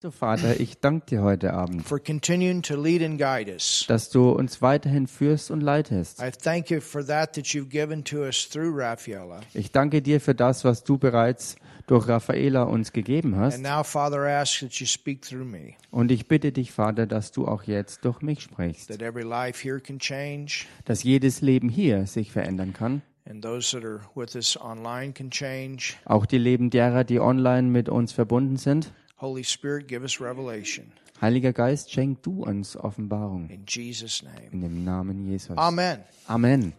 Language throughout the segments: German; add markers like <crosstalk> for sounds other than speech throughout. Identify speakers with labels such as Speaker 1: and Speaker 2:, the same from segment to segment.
Speaker 1: So, Vater, ich danke dir heute Abend,
Speaker 2: for continuing to lead and guide us.
Speaker 1: dass du uns weiterhin führst und leitest.
Speaker 2: I thank you for that that you've given to us through Raphaela.
Speaker 1: Ich danke dir für das, was du bereits durch Raffaela uns gegeben
Speaker 2: And
Speaker 1: hast.
Speaker 2: now, Father, I ask that you speak through me,
Speaker 1: Und ich bitte dich, Vater, dass du auch jetzt durch mich sprichst,
Speaker 2: that every life here can change,
Speaker 1: dass jedes Leben hier sich verändern kann.
Speaker 2: and those that are with us online can change.
Speaker 1: Auch die Leben derer, die online mit uns verbunden sind.
Speaker 2: Holy Spirit, give us revelation.
Speaker 1: Heiliger Geist, schenk du uns Offenbarung.
Speaker 2: In Jesus' name.
Speaker 1: In dem Namen Jesus.
Speaker 2: Amen.
Speaker 1: Amen.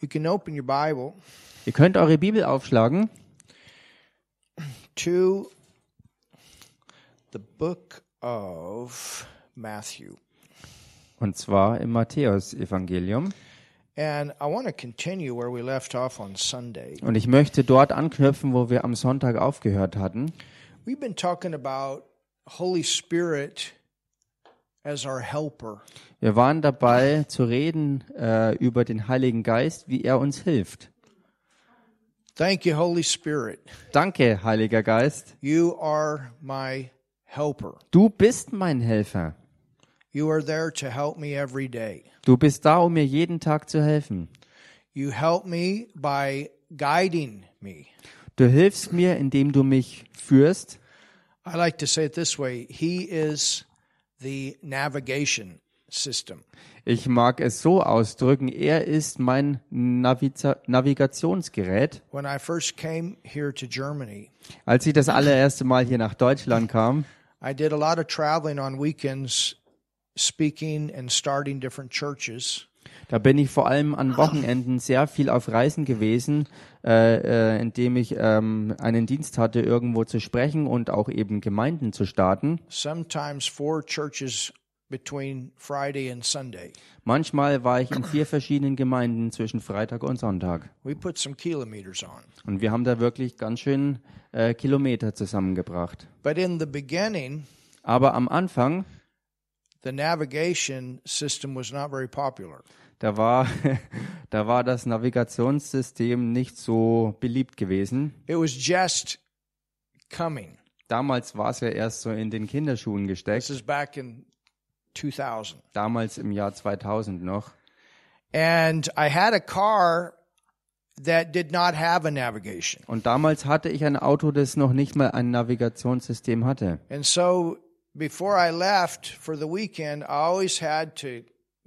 Speaker 2: You can open your Bible
Speaker 1: Ihr könnt eure Bibel aufschlagen
Speaker 2: to the book of Matthew.
Speaker 1: und zwar im Matthäus-Evangelium.
Speaker 2: And I want to continue where we left off on Sunday.
Speaker 1: Und ich möchte dort anknüpfen, wo wir am Sonntag aufgehört hatten.
Speaker 2: We've been talking about Holy Spirit as our helper.
Speaker 1: Wir waren dabei zu reden äh, über den Heiligen Geist, wie er uns hilft.
Speaker 2: Thank you, Holy Spirit.
Speaker 1: Danke, Heiliger Geist.
Speaker 2: You are my helper.
Speaker 1: Du bist mein Helfer.
Speaker 2: You are there to help me every day.
Speaker 1: Du bist da, um mir jeden Tag zu helfen.
Speaker 2: You help me by guiding me.
Speaker 1: Du hilfst mir, indem du mich führst.
Speaker 2: I like to say it this way He is the navigation system.
Speaker 1: Ich mag es so ausdrücken, er ist mein Naviza Navigationsgerät.
Speaker 2: When I first came here to Germany,
Speaker 1: Als ich das allererste Mal hier nach Deutschland kam,
Speaker 2: I did a lot of traveling on weekends, speaking and starting different churches.
Speaker 1: Da bin ich vor allem an Wochenenden sehr viel auf Reisen gewesen, äh, äh, indem ich ähm, einen Dienst hatte, irgendwo zu sprechen und auch eben Gemeinden zu starten.
Speaker 2: sometimes four churches between Friday and Sunday.
Speaker 1: Manchmal war ich in vier verschiedenen Gemeinden zwischen Freitag und Sonntag.
Speaker 2: We put some kilometers on.
Speaker 1: Und wir haben da wirklich ganz schön äh, Kilometer zusammengebracht.
Speaker 2: But in the beginning,
Speaker 1: Aber am Anfang,
Speaker 2: the navigation system was not very popular.
Speaker 1: da war, <laughs> da war das Navigationssystem nicht so beliebt gewesen.
Speaker 2: It was just coming.
Speaker 1: Damals war es ja erst so in den Kinderschuhen
Speaker 2: This
Speaker 1: gesteckt,
Speaker 2: is back in 2000.
Speaker 1: damals im Jahr 2000 noch.
Speaker 2: And I had a car that did not have a navigation.
Speaker 1: Und damals hatte ich ein Auto, das noch nicht mal ein Navigationssystem hatte.
Speaker 2: And so before I left for the weekend, I always had to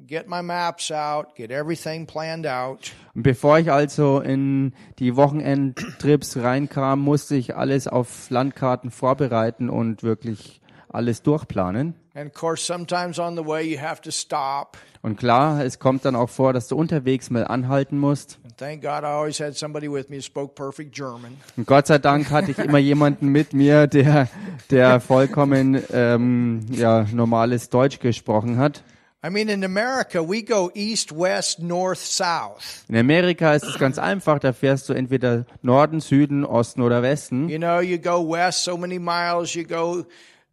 Speaker 2: get my maps out, get everything planned out.
Speaker 1: Und bevor ich also in die Wochenendtrips reinkam, musste ich alles auf Landkarten vorbereiten und wirklich alles durchplanen.
Speaker 2: And of course, sometimes on the way you have to stop.
Speaker 1: Und klar, es kommt dann auch vor, dass du unterwegs mal anhalten musst.
Speaker 2: And thank God I always had somebody with me who spoke perfect German.
Speaker 1: Und Gott sei Dank hatte ich immer jemanden mit mir, der, der vollkommen ähm, ja, normales Deutsch gesprochen hat.
Speaker 2: I mean, in America, we go east, west, north, south.
Speaker 1: In Amerika ist es ganz einfach, da fährst du entweder Norden, Süden, Osten oder Westen.
Speaker 2: You know, you go west so many miles, you go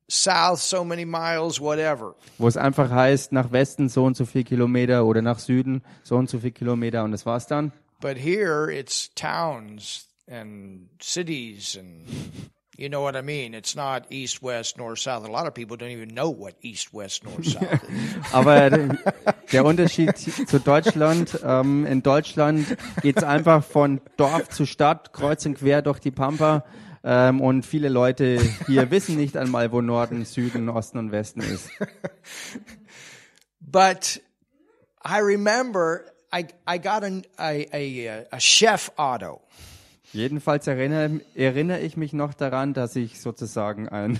Speaker 2: south so many miles, whatever.
Speaker 1: wo es einfach heißt, nach Westen so und so viel Kilometer oder nach Süden so und so viel Kilometer und das war's dann.
Speaker 2: But here, it's towns and cities and. You know what I mean? It's not east, west, north, south. A lot of people don't even know what east, west, north, south is.
Speaker 1: Aber d- der Unterschied zu Deutschland, ähm, in Deutschland geht's einfach von Dorf zu Stadt, kreuz und quer durch die Pampa. Ähm, und viele Leute hier wissen nicht einmal, wo Norden, Süden, Osten und Westen ist.
Speaker 2: But I remember I, I got an, a, a, a chef auto.
Speaker 1: Jedenfalls erinnere, erinnere ich mich noch daran, dass ich sozusagen ein,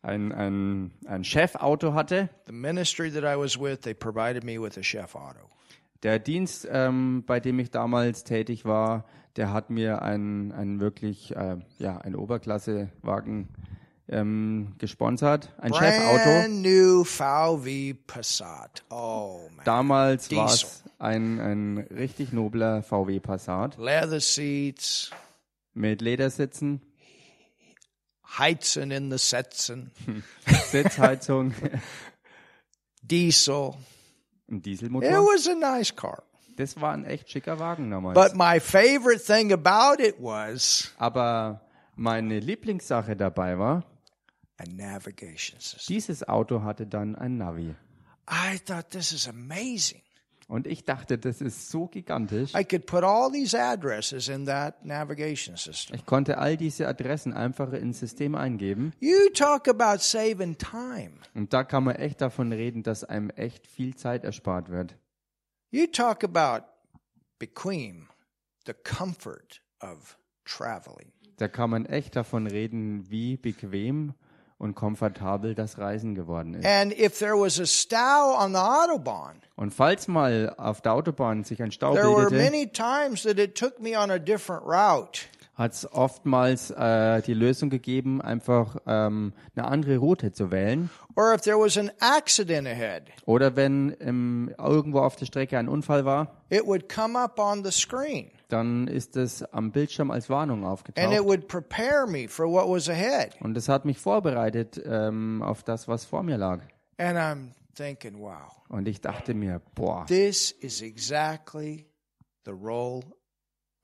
Speaker 1: ein, ein, ein Chefauto hatte.
Speaker 2: The ministry that I was with, they provided me with a chef auto.
Speaker 1: Der Dienst, ähm, bei dem ich damals tätig war, der hat mir einen, einen wirklich, äh, ja, einen Oberklassewagen ähm, gesponsert, ein Chefauto.
Speaker 2: Brand new VW Passat. Oh, man.
Speaker 1: Damals
Speaker 2: Diesel.
Speaker 1: war es ein, ein richtig nobler VW Passat
Speaker 2: Leather seats,
Speaker 1: mit Ledersitzen,
Speaker 2: Heizen in the Setzen,
Speaker 1: Sitzheizung, <laughs>
Speaker 2: diesel.
Speaker 1: ein
Speaker 2: It
Speaker 1: Dieselmotor.
Speaker 2: was a nice car.
Speaker 1: Das war ein echt schicker Wagen damals.
Speaker 2: But my favorite thing about it was
Speaker 1: Aber meine Lieblingssache dabei war,
Speaker 2: a navigation system.
Speaker 1: Dieses Auto hatte dann ein Navi.
Speaker 2: I thought this is amazing.
Speaker 1: Und ich dachte, das ist so gigantisch.
Speaker 2: I could put all these addresses in that navigation system.
Speaker 1: Ich konnte all diese Adressen einfach ins System eingeben.
Speaker 2: You talk about saving time.
Speaker 1: Und da kann man echt davon reden, dass einem echt viel Zeit erspart wird.
Speaker 2: You talk about bequeem, the comfort of traveling.
Speaker 1: Da kann man echt davon reden, wie bequem und komfortabel das Reisen geworden ist.
Speaker 2: And if there was a stow on the Autobahn,
Speaker 1: Und falls mal auf der Autobahn sich ein Stau
Speaker 2: there were
Speaker 1: bildete,
Speaker 2: many times that it took me on a different route.
Speaker 1: hat es oftmals äh, die Lösung gegeben, einfach ähm, eine andere Route zu wählen.
Speaker 2: Or if there was an accident ahead,
Speaker 1: Oder wenn ähm, irgendwo auf der Strecke ein Unfall war,
Speaker 2: it would come up on the screen
Speaker 1: dann ist es am Bildschirm als Warnung
Speaker 2: and it
Speaker 1: aufgetaucht.
Speaker 2: would prepare me for what was ahead.
Speaker 1: Und das hat mich vorbereitet ähm, auf das, was vor mir lag.
Speaker 2: And I'm thinking, wow,
Speaker 1: Und ich dachte mir, boah,
Speaker 2: this is exactly the role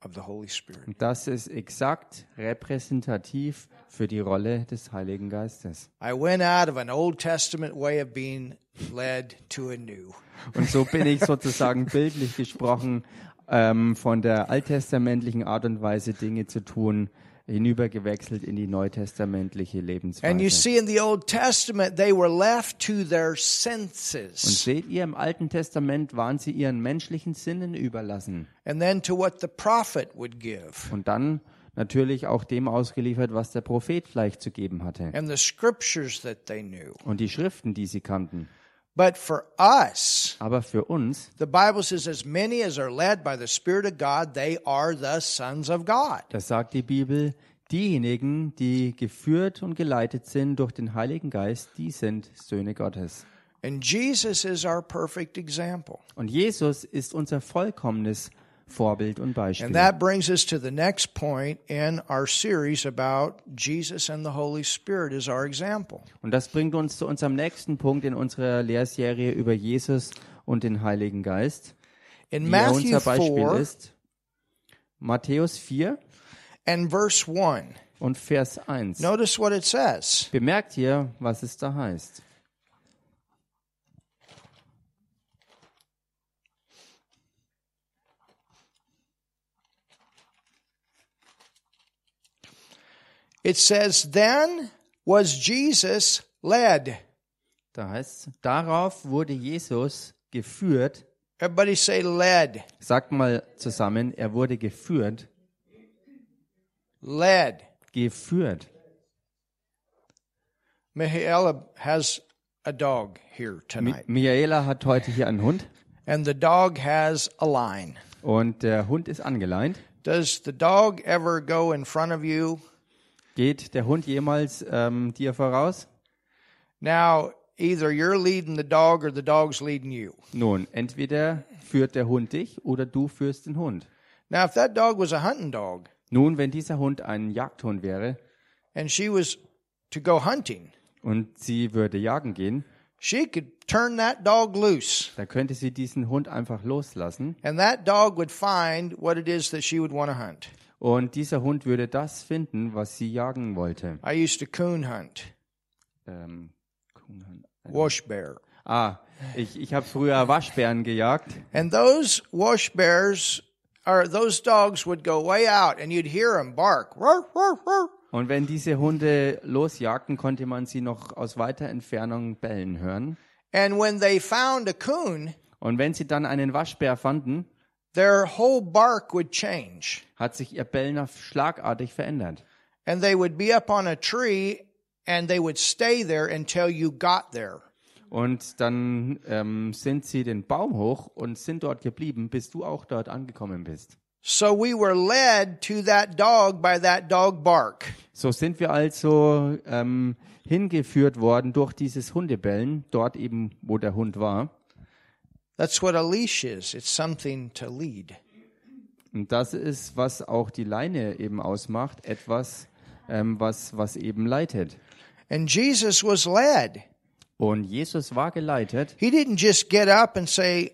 Speaker 2: of the Holy Spirit.
Speaker 1: das ist exakt repräsentativ für die Rolle des Heiligen Geistes.
Speaker 2: I went out of an Old Testament way of being led to a new.
Speaker 1: Und so bin ich
Speaker 2: <laughs>
Speaker 1: sozusagen bildlich gesprochen ähm, von der alttestamentlichen Art und Weise, Dinge zu tun, hinübergewechselt in die neutestamentliche
Speaker 2: And you
Speaker 1: Lebensweise.
Speaker 2: see, in the Old Testament, they were left to their
Speaker 1: Und
Speaker 2: senses
Speaker 1: seht ihr, im Alten Testament waren sie ihren menschlichen Sinnen überlassen
Speaker 2: and then to what the prophet would give.
Speaker 1: und dann natürlich auch dem ausgeliefert, was der Prophet vielleicht zu geben hatte
Speaker 2: and the scriptures that they knew.
Speaker 1: und die Schriften, die sie kannten.
Speaker 2: But for us,
Speaker 1: Aber für uns,
Speaker 2: the Bible says, as many as are led by the Spirit of God, they are the sons of God.
Speaker 1: das sagt die Bibel, diejenigen, die geführt und geleitet sind durch den Heiligen Geist, die sind Söhne Gottes.
Speaker 2: And Jesus is our perfect example.
Speaker 1: Und Jesus ist unser vollkommenes Vorbild und Beispiel.
Speaker 2: And that brings us to the next point in our series about Jesus and the Holy Spirit is our example.
Speaker 1: Und das bringt uns zu unserem nächsten Punkt in unserer Lehrserie über Jesus und den Heiligen Geist,
Speaker 2: In
Speaker 1: die
Speaker 2: Matthew
Speaker 1: ja unser Beispiel
Speaker 2: 4
Speaker 1: ist. Matthäus 4
Speaker 2: and verse 1,
Speaker 1: und Vers 1.
Speaker 2: notice what it says.
Speaker 1: Bemerkt hier, was es da heißt.
Speaker 2: It says, Then was Jesus led.
Speaker 1: Da heißt darauf wurde Jesus geführt.
Speaker 2: Everybody say led.
Speaker 1: Sagt mal zusammen, er wurde geführt.
Speaker 2: Led.
Speaker 1: Geführt.
Speaker 2: Michaela has a dog here
Speaker 1: Mi
Speaker 2: tonight,
Speaker 1: Michaela hat heute hier einen Hund
Speaker 2: and the dog has a line.
Speaker 1: und der Hund ist angeleint.
Speaker 2: Does the dog ever go in front of you?
Speaker 1: Geht der Hund jemals ähm, dir voraus?
Speaker 2: Now, either you're leading the dog or the dog's leading you.
Speaker 1: Nun, entweder führt der Hund dich oder du führst den Hund.
Speaker 2: Now, if that dog was a hunting dog
Speaker 1: Nun, wenn dieser Hund ein Jagdhund wäre
Speaker 2: and she was to go hunting,
Speaker 1: und sie würde jagen gehen,
Speaker 2: she could turn that dog loose,
Speaker 1: dann könnte sie diesen Hund einfach loslassen
Speaker 2: and that dog would find what it is that she would want to hunt.
Speaker 1: und dieser Hund würde das finden, was sie jagen wollte.
Speaker 2: I used to coon hunt,
Speaker 1: Ähm, gucken wir mal.
Speaker 2: wash bear.
Speaker 1: ah, ich, ich habe früher Waschbären gejagt
Speaker 2: And those wash bears or those dogs would go way out and you'd hear them bark. "Roar, roar, roar."
Speaker 1: und wenn diese Hunde losjagten, konnte man sie noch aus weiter Entfernung bellen hören.
Speaker 2: And when they found a coon,
Speaker 1: Und wenn sie dann einen Waschbär fanden,
Speaker 2: their whole bark would change.
Speaker 1: hat sich ihr Bellen auf schlagartig verändert.
Speaker 2: And they would be up on a tree and they would stay there until you got there.
Speaker 1: Und dann ähm, sind sie den Baum hoch und sind dort geblieben, bis du auch dort angekommen bist.
Speaker 2: So we were led to that dog by that dog bark.
Speaker 1: So sind wir also ähm, hingeführt worden durch dieses Hundebellen, dort eben, wo der Hund war.
Speaker 2: That's what a leash is. It's something to lead.
Speaker 1: Und das ist, was auch die Leine eben ausmacht, etwas, ähm, was, was eben leitet.
Speaker 2: And Jesus was led.
Speaker 1: Und Jesus war geleitet.
Speaker 2: He didn't just get up and say,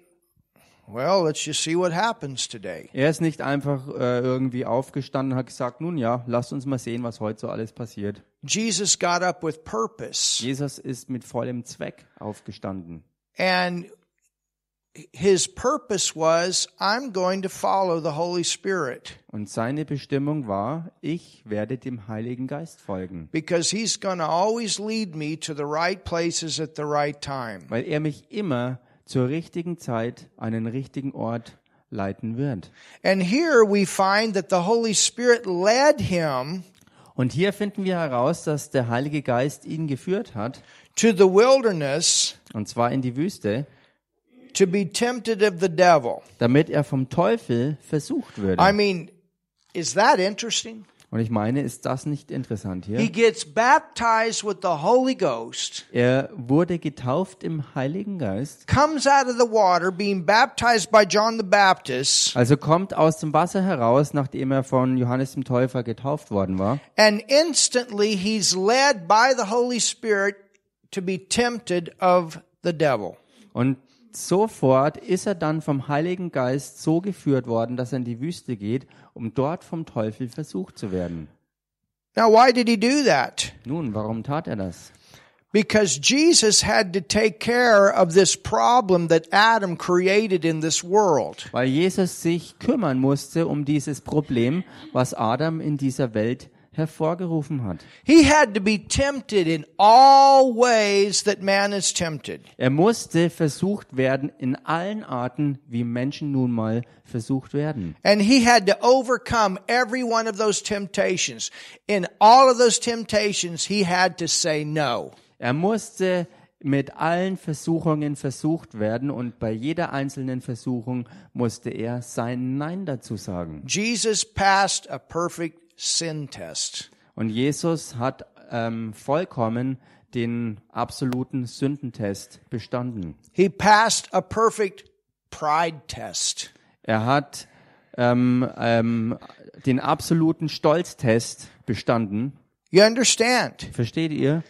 Speaker 2: well, let's just see what happens today.
Speaker 1: Er ist nicht einfach äh, irgendwie aufgestanden und hat gesagt, nun ja, lasst uns mal sehen, was heute so alles passiert.
Speaker 2: Jesus got up with purpose.
Speaker 1: Jesus ist mit vollem Zweck aufgestanden.
Speaker 2: And his purpose was, I'm going to follow the Holy Spirit
Speaker 1: Und seine Bestimmung war, ich werde dem Heiligen Geist folgen,
Speaker 2: because he's going to always lead me to the right places at the right time.
Speaker 1: weil er mich immer zur richtigen Zeit an den richtigen Ort leiten wird.
Speaker 2: And here we find that the Holy Spirit led him
Speaker 1: Und hier finden wir heraus, dass der Heilige Geist ihn geführt hat,
Speaker 2: to the wilderness
Speaker 1: und zwar in die Wüste,
Speaker 2: to be tempted of the devil.
Speaker 1: damit er vom Teufel versucht
Speaker 2: I
Speaker 1: würde.
Speaker 2: mean, is that interesting?
Speaker 1: Und ich meine, ist das nicht interessant
Speaker 2: He
Speaker 1: hier?
Speaker 2: gets baptized with the Holy Ghost,
Speaker 1: Er wurde getauft im Heiligen Geist,
Speaker 2: comes out of the water being baptized by John the Baptist,
Speaker 1: also kommt aus dem Wasser heraus, nachdem er von Johannes dem Täufer getauft worden war.
Speaker 2: and instantly he's led by the Holy Spirit to be tempted of the devil.
Speaker 1: Und sofort ist er dann vom Heiligen Geist so geführt worden, dass er in die Wüste geht, um dort vom Teufel versucht zu werden.
Speaker 2: Now, why did he do that?
Speaker 1: Nun, warum tat er das?
Speaker 2: Because Jesus had to take care of this problem that Adam created in this world.
Speaker 1: Weil Jesus sich kümmern musste um dieses Problem, was Adam in dieser Welt hervorgerufen hat.
Speaker 2: He had to be tempted in all ways that man is tempted.
Speaker 1: Er musste versucht werden in allen Arten, wie Menschen nun mal versucht werden.
Speaker 2: And he had to overcome every one of those temptations. In all of those temptations, he had to say no.
Speaker 1: Er musste mit allen Versuchungen versucht werden und bei jeder einzelnen Versuchung musste er sein Nein dazu sagen.
Speaker 2: Jesus passed a perfect sin test.
Speaker 1: Und Jesus hat ähm, vollkommen den absoluten Sündentest bestanden.
Speaker 2: He passed a perfect pride test.
Speaker 1: Er hat ähm, ähm, den absoluten Stolztest bestanden.
Speaker 2: You understand?
Speaker 1: Versteht ihr?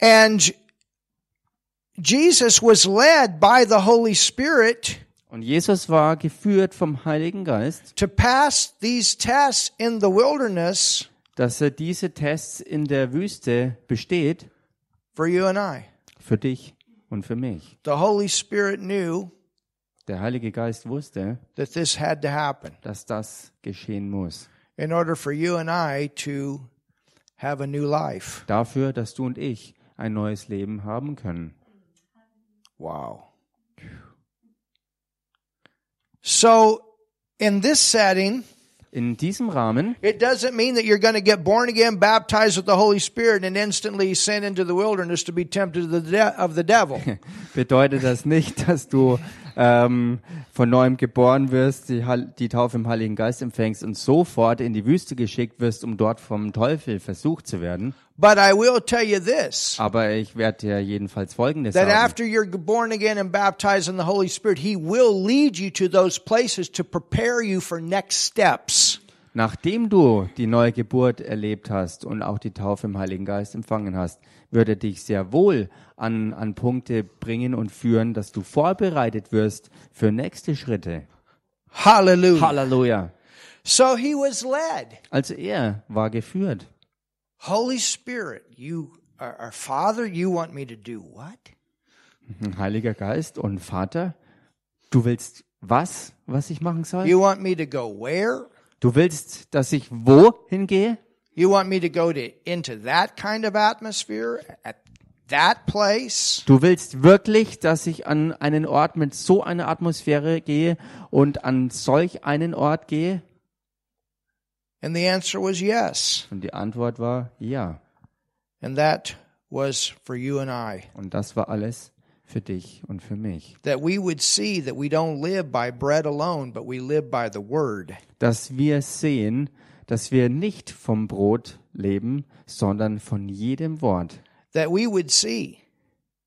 Speaker 2: And J- Jesus was led by the Holy Spirit
Speaker 1: Und Jesus war geführt vom Heiligen Geist,
Speaker 2: to pass these tests in the wilderness
Speaker 1: dass er diese Tests in der Wüste besteht
Speaker 2: for you and I.
Speaker 1: für dich und für mich.
Speaker 2: The Holy Spirit knew
Speaker 1: Der Heilige Geist wusste,
Speaker 2: that this had to happen.
Speaker 1: dass das geschehen muss.
Speaker 2: in order for you and I to have a new life.
Speaker 1: Dafür, dass du und ich ein neues Leben haben können.
Speaker 2: Wow. So, in this setting,
Speaker 1: In diesem Rahmen <laughs>
Speaker 2: it doesn't mean that you're going to get born again, baptized with the Holy Spirit, and instantly sent into the wilderness to be tempted of the, de- of the devil.
Speaker 1: bedeutet das nicht, dass du ähm, von neuem geboren wirst, die, Hal- die Taufe im Heiligen Geist empfängst und sofort in die Wüste geschickt wirst, um dort vom Teufel versucht zu werden.
Speaker 2: but I will tell you this
Speaker 1: Aber ich werde dir jedenfalls Folgendes
Speaker 2: that
Speaker 1: sagen.
Speaker 2: after you're born again and baptized in the Holy Spirit, He will lead you to those places to prepare you for next steps.
Speaker 1: Nachdem du die neue Geburt erlebt hast und auch die Taufe im Heiligen Geist empfangen hast, würde dich sehr wohl an, an Punkte bringen und führen, dass du vorbereitet wirst für nächste Schritte.
Speaker 2: Hallelujah.
Speaker 1: Halleluja.
Speaker 2: so He was led.
Speaker 1: Also er war geführt.
Speaker 2: Holy Spirit, you are our Father, you want me to do what?
Speaker 1: Heiliger Geist und Vater, du willst was, was ich machen soll?
Speaker 2: You want me to go where?
Speaker 1: Du willst, dass ich wo hingehe?
Speaker 2: You want me to go to into that kind of atmosphere at that place?
Speaker 1: Du willst wirklich, dass ich an einen Ort mit so einer Atmosphäre gehe und an solch einen Ort gehe?
Speaker 2: And the answer was yes.
Speaker 1: Und die Antwort war ja.
Speaker 2: And that was for you and I
Speaker 1: Und das war alles für dich und für mich.
Speaker 2: that we would see that we don't live by bread alone, but we live by the word.
Speaker 1: Dass wir sehen, dass wir nicht vom Brot leben, sondern von jedem Wort.
Speaker 2: That we would see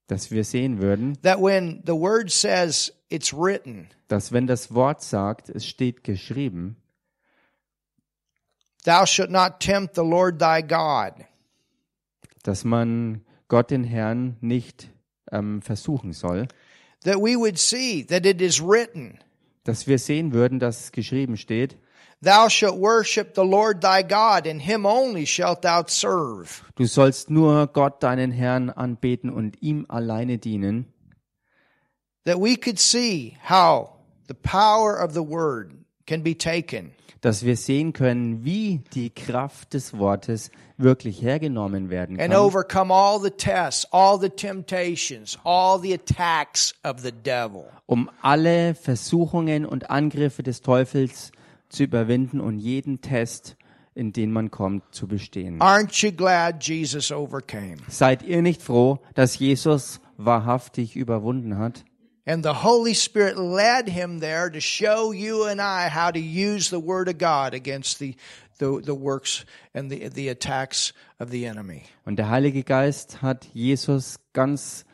Speaker 1: Dass wir sehen würden,
Speaker 2: that when the word says it's written,
Speaker 1: dass wenn das Wort sagt, es steht geschrieben,
Speaker 2: thou shalt not tempt the Lord thy God.
Speaker 1: dass man Gott den Herrn nicht ähm, versuchen soll.
Speaker 2: That we would see that it is written
Speaker 1: Dass wir sehen würden, dass es geschrieben steht,
Speaker 2: Thou shalt worship the Lord thy God, and him only shalt thou serve.
Speaker 1: Du sollst nur Gott, deinen Herrn, anbeten und ihm alleine dienen.
Speaker 2: That we could see how the power of the word can be taken
Speaker 1: dass wir sehen können, wie die Kraft des Wortes wirklich hergenommen werden
Speaker 2: and
Speaker 1: kann
Speaker 2: overcome all the tests, all the temptations, all the attacks of the devil.
Speaker 1: um alle Versuchungen und Angriffe des Teufels zu überwinden und jeden Test, in den man kommt, zu bestehen.
Speaker 2: Aren't you glad Jesus overcame?
Speaker 1: Seid ihr nicht froh, dass Jesus wahrhaftig überwunden hat?
Speaker 2: And the Holy Spirit led him there to show you and I how to use the Word of God against the, the, the works and the, the attacks of the enemy.
Speaker 1: Und der Heilige Geist hat Jesus ganz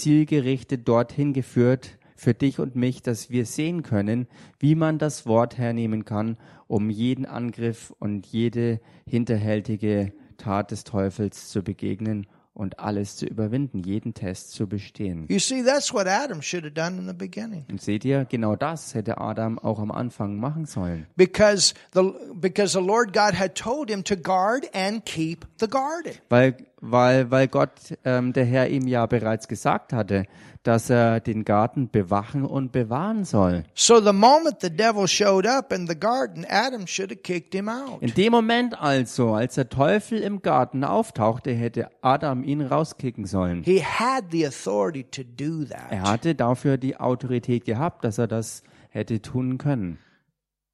Speaker 1: zielgerichtet dorthin geführt, für dich und mich, dass wir sehen können, wie man das Wort hernehmen kann, um jeden Angriff und jede hinterhältige Tat des Teufels zu begegnen und alles zu überwinden, jeden Test zu bestehen.
Speaker 2: You see, that's what Adam should have done in the beginning.
Speaker 1: Und seht ihr, genau das hätte Adam auch am Anfang machen sollen.
Speaker 2: Because the, because the Lord God had told him to guard and keep the garden.
Speaker 1: Weil, weil, weil Gott, ähm, der Herr ihm ja bereits gesagt hatte, dass er den Garten bewachen und bewahren soll.
Speaker 2: So the moment the devil showed up in the garden, Adam should have kicked him out.
Speaker 1: In dem Moment also, als der Teufel im Garten auftauchte, hätte Adam ihn rauskicken sollen.
Speaker 2: He had the authority to do
Speaker 1: Er
Speaker 2: that.
Speaker 1: hatte dafür die Autorität gehabt, dass er das hätte tun können.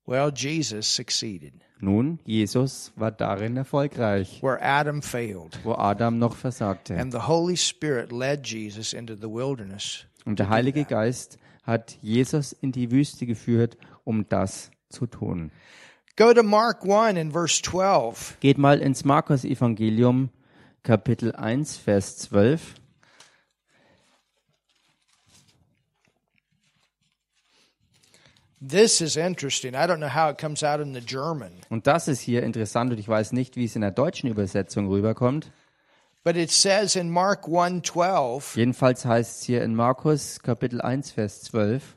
Speaker 2: Well, Jesus succeeded
Speaker 1: Nun, Jesus war darin erfolgreich,
Speaker 2: where Adam failed.
Speaker 1: wo Adam noch versagte.
Speaker 2: And the Holy Spirit led Jesus into the wilderness.
Speaker 1: Und der Heilige Geist hat Jesus in die Wüste geführt, um das zu tun.
Speaker 2: Go to Mark 1 and verse 12.
Speaker 1: Geht mal ins Markus Evangelium Kapitel 1 Vers 12.
Speaker 2: This is interesting. I don't know how it comes out in the German,
Speaker 1: Und das ist hier interessant und ich weiß nicht, wie es in der deutschen Übersetzung rüberkommt.
Speaker 2: but it says in Mark 1 12,
Speaker 1: Jedenfalls heißt es hier in Markus Kapitel 1 Vers 12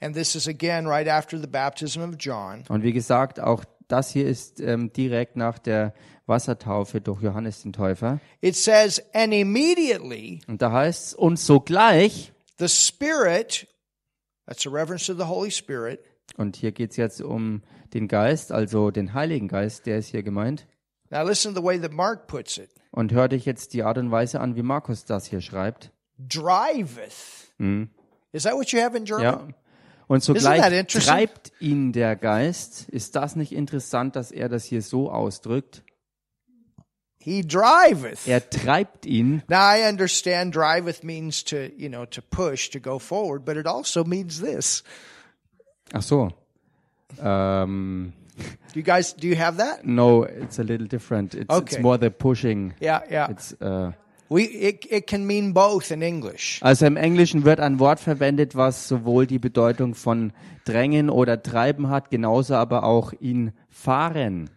Speaker 2: and this is again right after the baptism of John.
Speaker 1: und wie gesagt, auch das hier ist ähm, direkt nach der Wassertaufe durch Johannes den Täufer
Speaker 2: It says, and immediately
Speaker 1: und da heißt es und sogleich
Speaker 2: the Spirit, that's a reference to the Holy Spirit,
Speaker 1: und hier geht's jetzt um den Geist, also den Heiligen Geist, der ist hier gemeint
Speaker 2: now listen to the way that Mark puts it,
Speaker 1: und hör dich jetzt die Art und Weise an, wie Markus das hier schreibt.
Speaker 2: driveth. Is that what you have in German?
Speaker 1: Ja. Und
Speaker 2: that
Speaker 1: sogleich
Speaker 2: interesting?
Speaker 1: treibt ihn der Geist. Ist das nicht interessant, dass er das hier so ausdrückt?
Speaker 2: He driveth.
Speaker 1: Er treibt ihn
Speaker 2: Now I understand driveth means to, you know, to push, to go forward, but it also means this.
Speaker 1: Ach so. Um,
Speaker 2: Do you guys do you have that?
Speaker 1: no, it's a little different. It's,
Speaker 2: Okay.
Speaker 1: it's more the pushing.
Speaker 2: Yeah, yeah.
Speaker 1: It's, äh,
Speaker 2: We it it can mean both in English.
Speaker 1: also im Englischen wird ein Wort verwendet, was sowohl die Bedeutung von drängen oder treiben hat, genauso aber auch ihn fahren.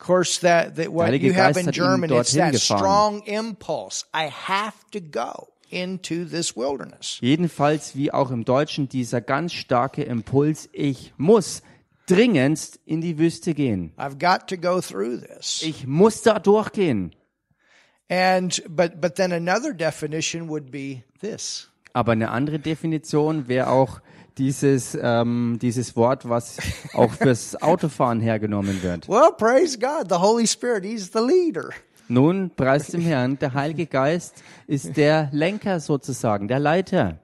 Speaker 2: Of course that that what
Speaker 1: Heilige
Speaker 2: you have
Speaker 1: Geist
Speaker 2: in
Speaker 1: hat ihn
Speaker 2: German it's
Speaker 1: dorthin
Speaker 2: that
Speaker 1: gefahren.
Speaker 2: strong impulse. I have to go into this wilderness.
Speaker 1: Jedenfalls wie auch im Deutschen dieser ganz starke Impuls, ich muss dringendst in die Wüste gehen.
Speaker 2: I've got to go through this.
Speaker 1: Ich muss da durchgehen.
Speaker 2: And but but then another definition would be this.
Speaker 1: Aber eine andere Definition wäre auch dieses, ähm, dieses Wort, was auch fürs Autofahren hergenommen wird.
Speaker 2: Well, praise God, the Holy Spirit, he's the leader.
Speaker 1: Nun, preis dem Herrn, der Heilige Geist ist der Lenker sozusagen, der Leiter.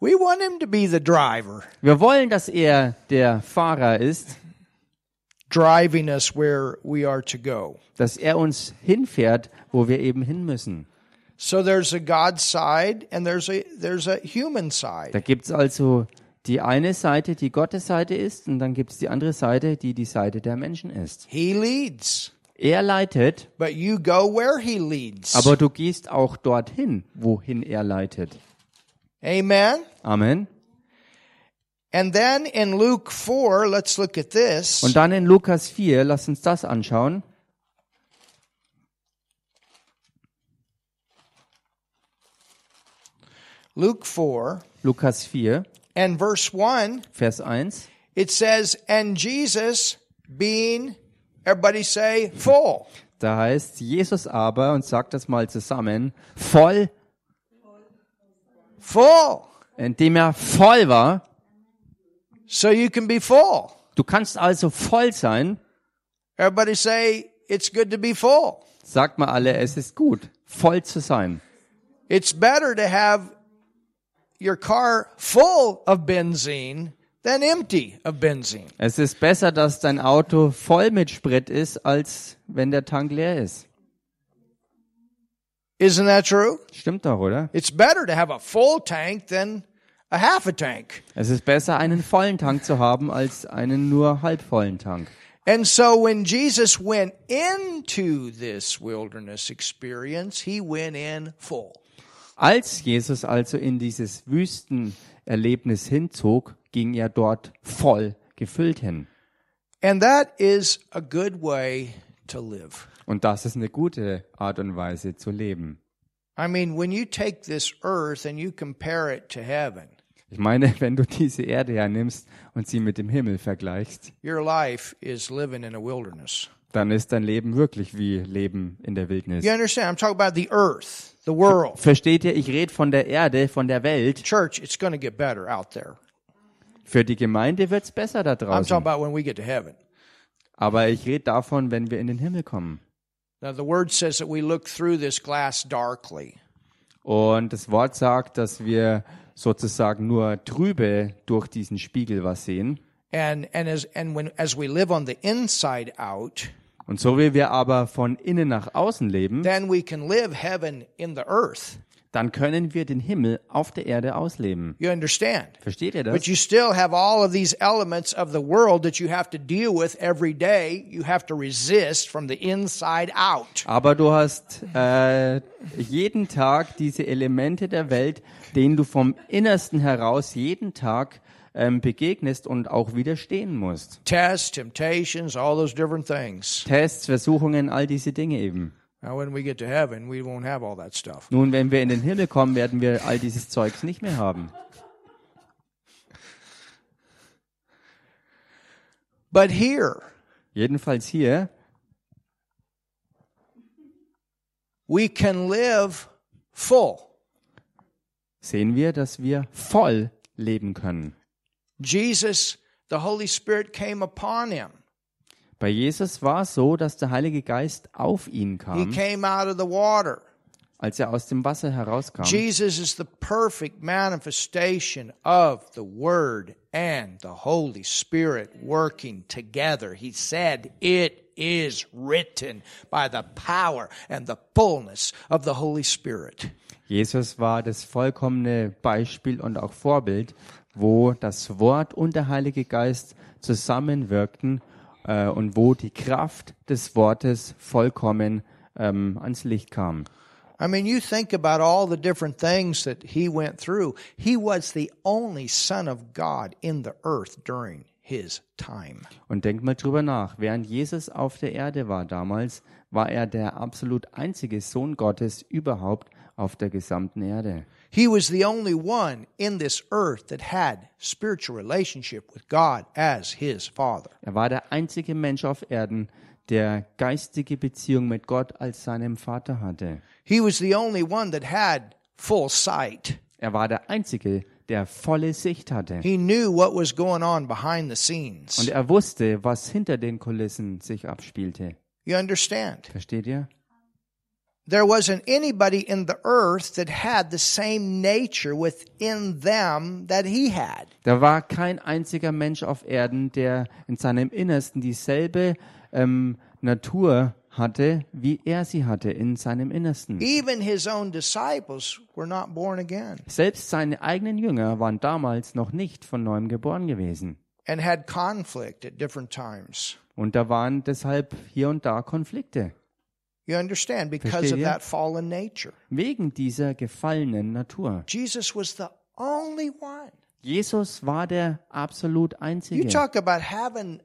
Speaker 2: We want him to be the driver.
Speaker 1: Wir wollen, dass er der Fahrer ist,
Speaker 2: driving us where we are to go.
Speaker 1: dass er uns hinfährt, wo wir eben hin müssen.
Speaker 2: So there's a God side and there's a there's a human
Speaker 1: Da
Speaker 2: side.
Speaker 1: gibt's also die eine Seite, die Gottes Seite ist, und dann gibt's die andere Seite, die die Seite der Menschen ist.
Speaker 2: He leads,
Speaker 1: Er leitet,
Speaker 2: but you go where he leads.
Speaker 1: aber du gehst auch dorthin, wohin er leitet.
Speaker 2: Amen.
Speaker 1: Amen.
Speaker 2: And then in Luke 4, let's look at this.
Speaker 1: Und dann in Lukas 4, lass uns das anschauen.
Speaker 2: Luke 4
Speaker 1: Lukas 4,
Speaker 2: and verse 1,
Speaker 1: Vers 1.
Speaker 2: It says, and Jesus being, everybody say, full.
Speaker 1: Da heißt Jesus aber, und sagt das mal zusammen, voll,
Speaker 2: Full.
Speaker 1: indem er voll war.
Speaker 2: So you can be full.
Speaker 1: Du kannst also voll sein.
Speaker 2: Everybody say, it's good to be full.
Speaker 1: Sagt mal alle, es ist gut, voll zu sein.
Speaker 2: It's better to have your car full of benzene than empty of benzene.
Speaker 1: Es ist besser, dass dein Auto voll mit Sprit ist, als wenn der Tank leer ist.
Speaker 2: Isn't that true?
Speaker 1: Stimmt doch, oder?
Speaker 2: It's better to have a full tank than a half a tank.
Speaker 1: Es ist besser, einen vollen Tank zu haben, als einen nur halbvollen Tank.
Speaker 2: And so when Jesus went into this wilderness experience, he went in full.
Speaker 1: Als Jesus also in dieses Wüstenerlebnis hinzog, ging er dort voll gefüllt hin.
Speaker 2: And that is a good way to live.
Speaker 1: Und das ist eine gute Art und Weise zu leben.
Speaker 2: I mean, when you take this earth and you compare it to heaven,
Speaker 1: Ich meine, <laughs> wenn du diese Erde hernimmst und sie mit dem Himmel vergleichst,
Speaker 2: your life is living in a wilderness.
Speaker 1: dann ist dein Leben wirklich wie Leben in der Wildnis.
Speaker 2: You understand? I'm talking about the earth, the world.
Speaker 1: Versteht ihr, ich rede von der Erde, von der Welt.
Speaker 2: Church, it's going to get better out there.
Speaker 1: Für die Gemeinde wird's besser da
Speaker 2: I'm talking
Speaker 1: draußen.
Speaker 2: about when we get to heaven.
Speaker 1: Aber ich rede davon, wenn wir in den Himmel kommen.
Speaker 2: Now, the word says that we look through this glass darkly.
Speaker 1: Und das Wort sagt, dass wir sozusagen nur trübe durch diesen Spiegel was sehen.
Speaker 2: And, and, as, and when, as we live on the inside out,
Speaker 1: Und so wie wir aber von innen nach außen leben,
Speaker 2: then we can live heaven in the earth.
Speaker 1: dann können wir den Himmel auf der Erde ausleben.
Speaker 2: You understand?
Speaker 1: Versteht ihr
Speaker 2: But
Speaker 1: das?
Speaker 2: you still have all of these elements of the world that you have to deal with every day. You have to resist from the inside out.
Speaker 1: Aber du hast äh, jeden Tag diese Elemente der Welt, denen du vom Innersten heraus jeden Tag ähm, begegnest und auch widerstehen musst.
Speaker 2: Tests, temptations, all those different things.
Speaker 1: Tests, Versuchungen, all diese Dinge eben.
Speaker 2: Now, when we get to heaven, we won't have all that stuff.
Speaker 1: Nun, wenn wir in den Himmel kommen, werden wir all dieses Zeugs nicht mehr haben.
Speaker 2: But here,
Speaker 1: Jedenfalls hier,
Speaker 2: we can live full.
Speaker 1: sehen wir, dass wir voll leben können.
Speaker 2: Jesus, the Holy Spirit came upon him.
Speaker 1: Bei Jesus war es so, dass der Heilige Geist auf ihn
Speaker 2: He
Speaker 1: kam,
Speaker 2: came out of the water.
Speaker 1: als er aus dem Wasser herauskam.
Speaker 2: Jesus is the perfect manifestation of the Word and the Holy Spirit working together. He said, It is written by the power and the fullness of the Holy Spirit.
Speaker 1: Jesus war das vollkommene Beispiel und auch Vorbild, wo das Wort und der Heilige Geist zusammenwirkten äh, und wo die Kraft des Wortes vollkommen ähm, ans Licht kam.
Speaker 2: I mean, you think about all the different things that he went through. He was the only Son of God in the earth during his time.
Speaker 1: Und denk mal drüber nach. Während Jesus auf der Erde war damals, war er der absolut einzige Sohn Gottes überhaupt auf der gesamten Erde.
Speaker 2: He was the only one in this earth that had spiritual relationship with God as his Father.
Speaker 1: Er war der einzige Mensch auf Erden, der geistige Beziehung mit Gott als seinem Vater hatte.
Speaker 2: He was the only one that had full sight.
Speaker 1: Er war der einzige, der volle Sicht hatte.
Speaker 2: He knew what was going on behind the
Speaker 1: Und
Speaker 2: scenes.
Speaker 1: er wusste, was hinter den Kulissen sich abspielte.
Speaker 2: You understand?
Speaker 1: Versteht ihr?
Speaker 2: There wasn't anybody in the earth that had the same nature within them that he had.
Speaker 1: Da war kein einziger Mensch auf Erden, der in seinem Innersten dieselbe ähm, Natur hatte, wie er sie hatte in seinem Innersten.
Speaker 2: Even his own disciples were not born again
Speaker 1: Selbst seine eigenen Jünger waren damals noch nicht von neuem geboren gewesen.
Speaker 2: and had conflict at different times.
Speaker 1: Und da waren deshalb hier und da Konflikte
Speaker 2: You understand? Because
Speaker 1: Verstehe.
Speaker 2: of that fallen nature.
Speaker 1: wegen dieser gefallenen Natur.
Speaker 2: Jesus was the only one.
Speaker 1: Jesus war der absolut
Speaker 2: You
Speaker 1: einzige.
Speaker 2: talk about having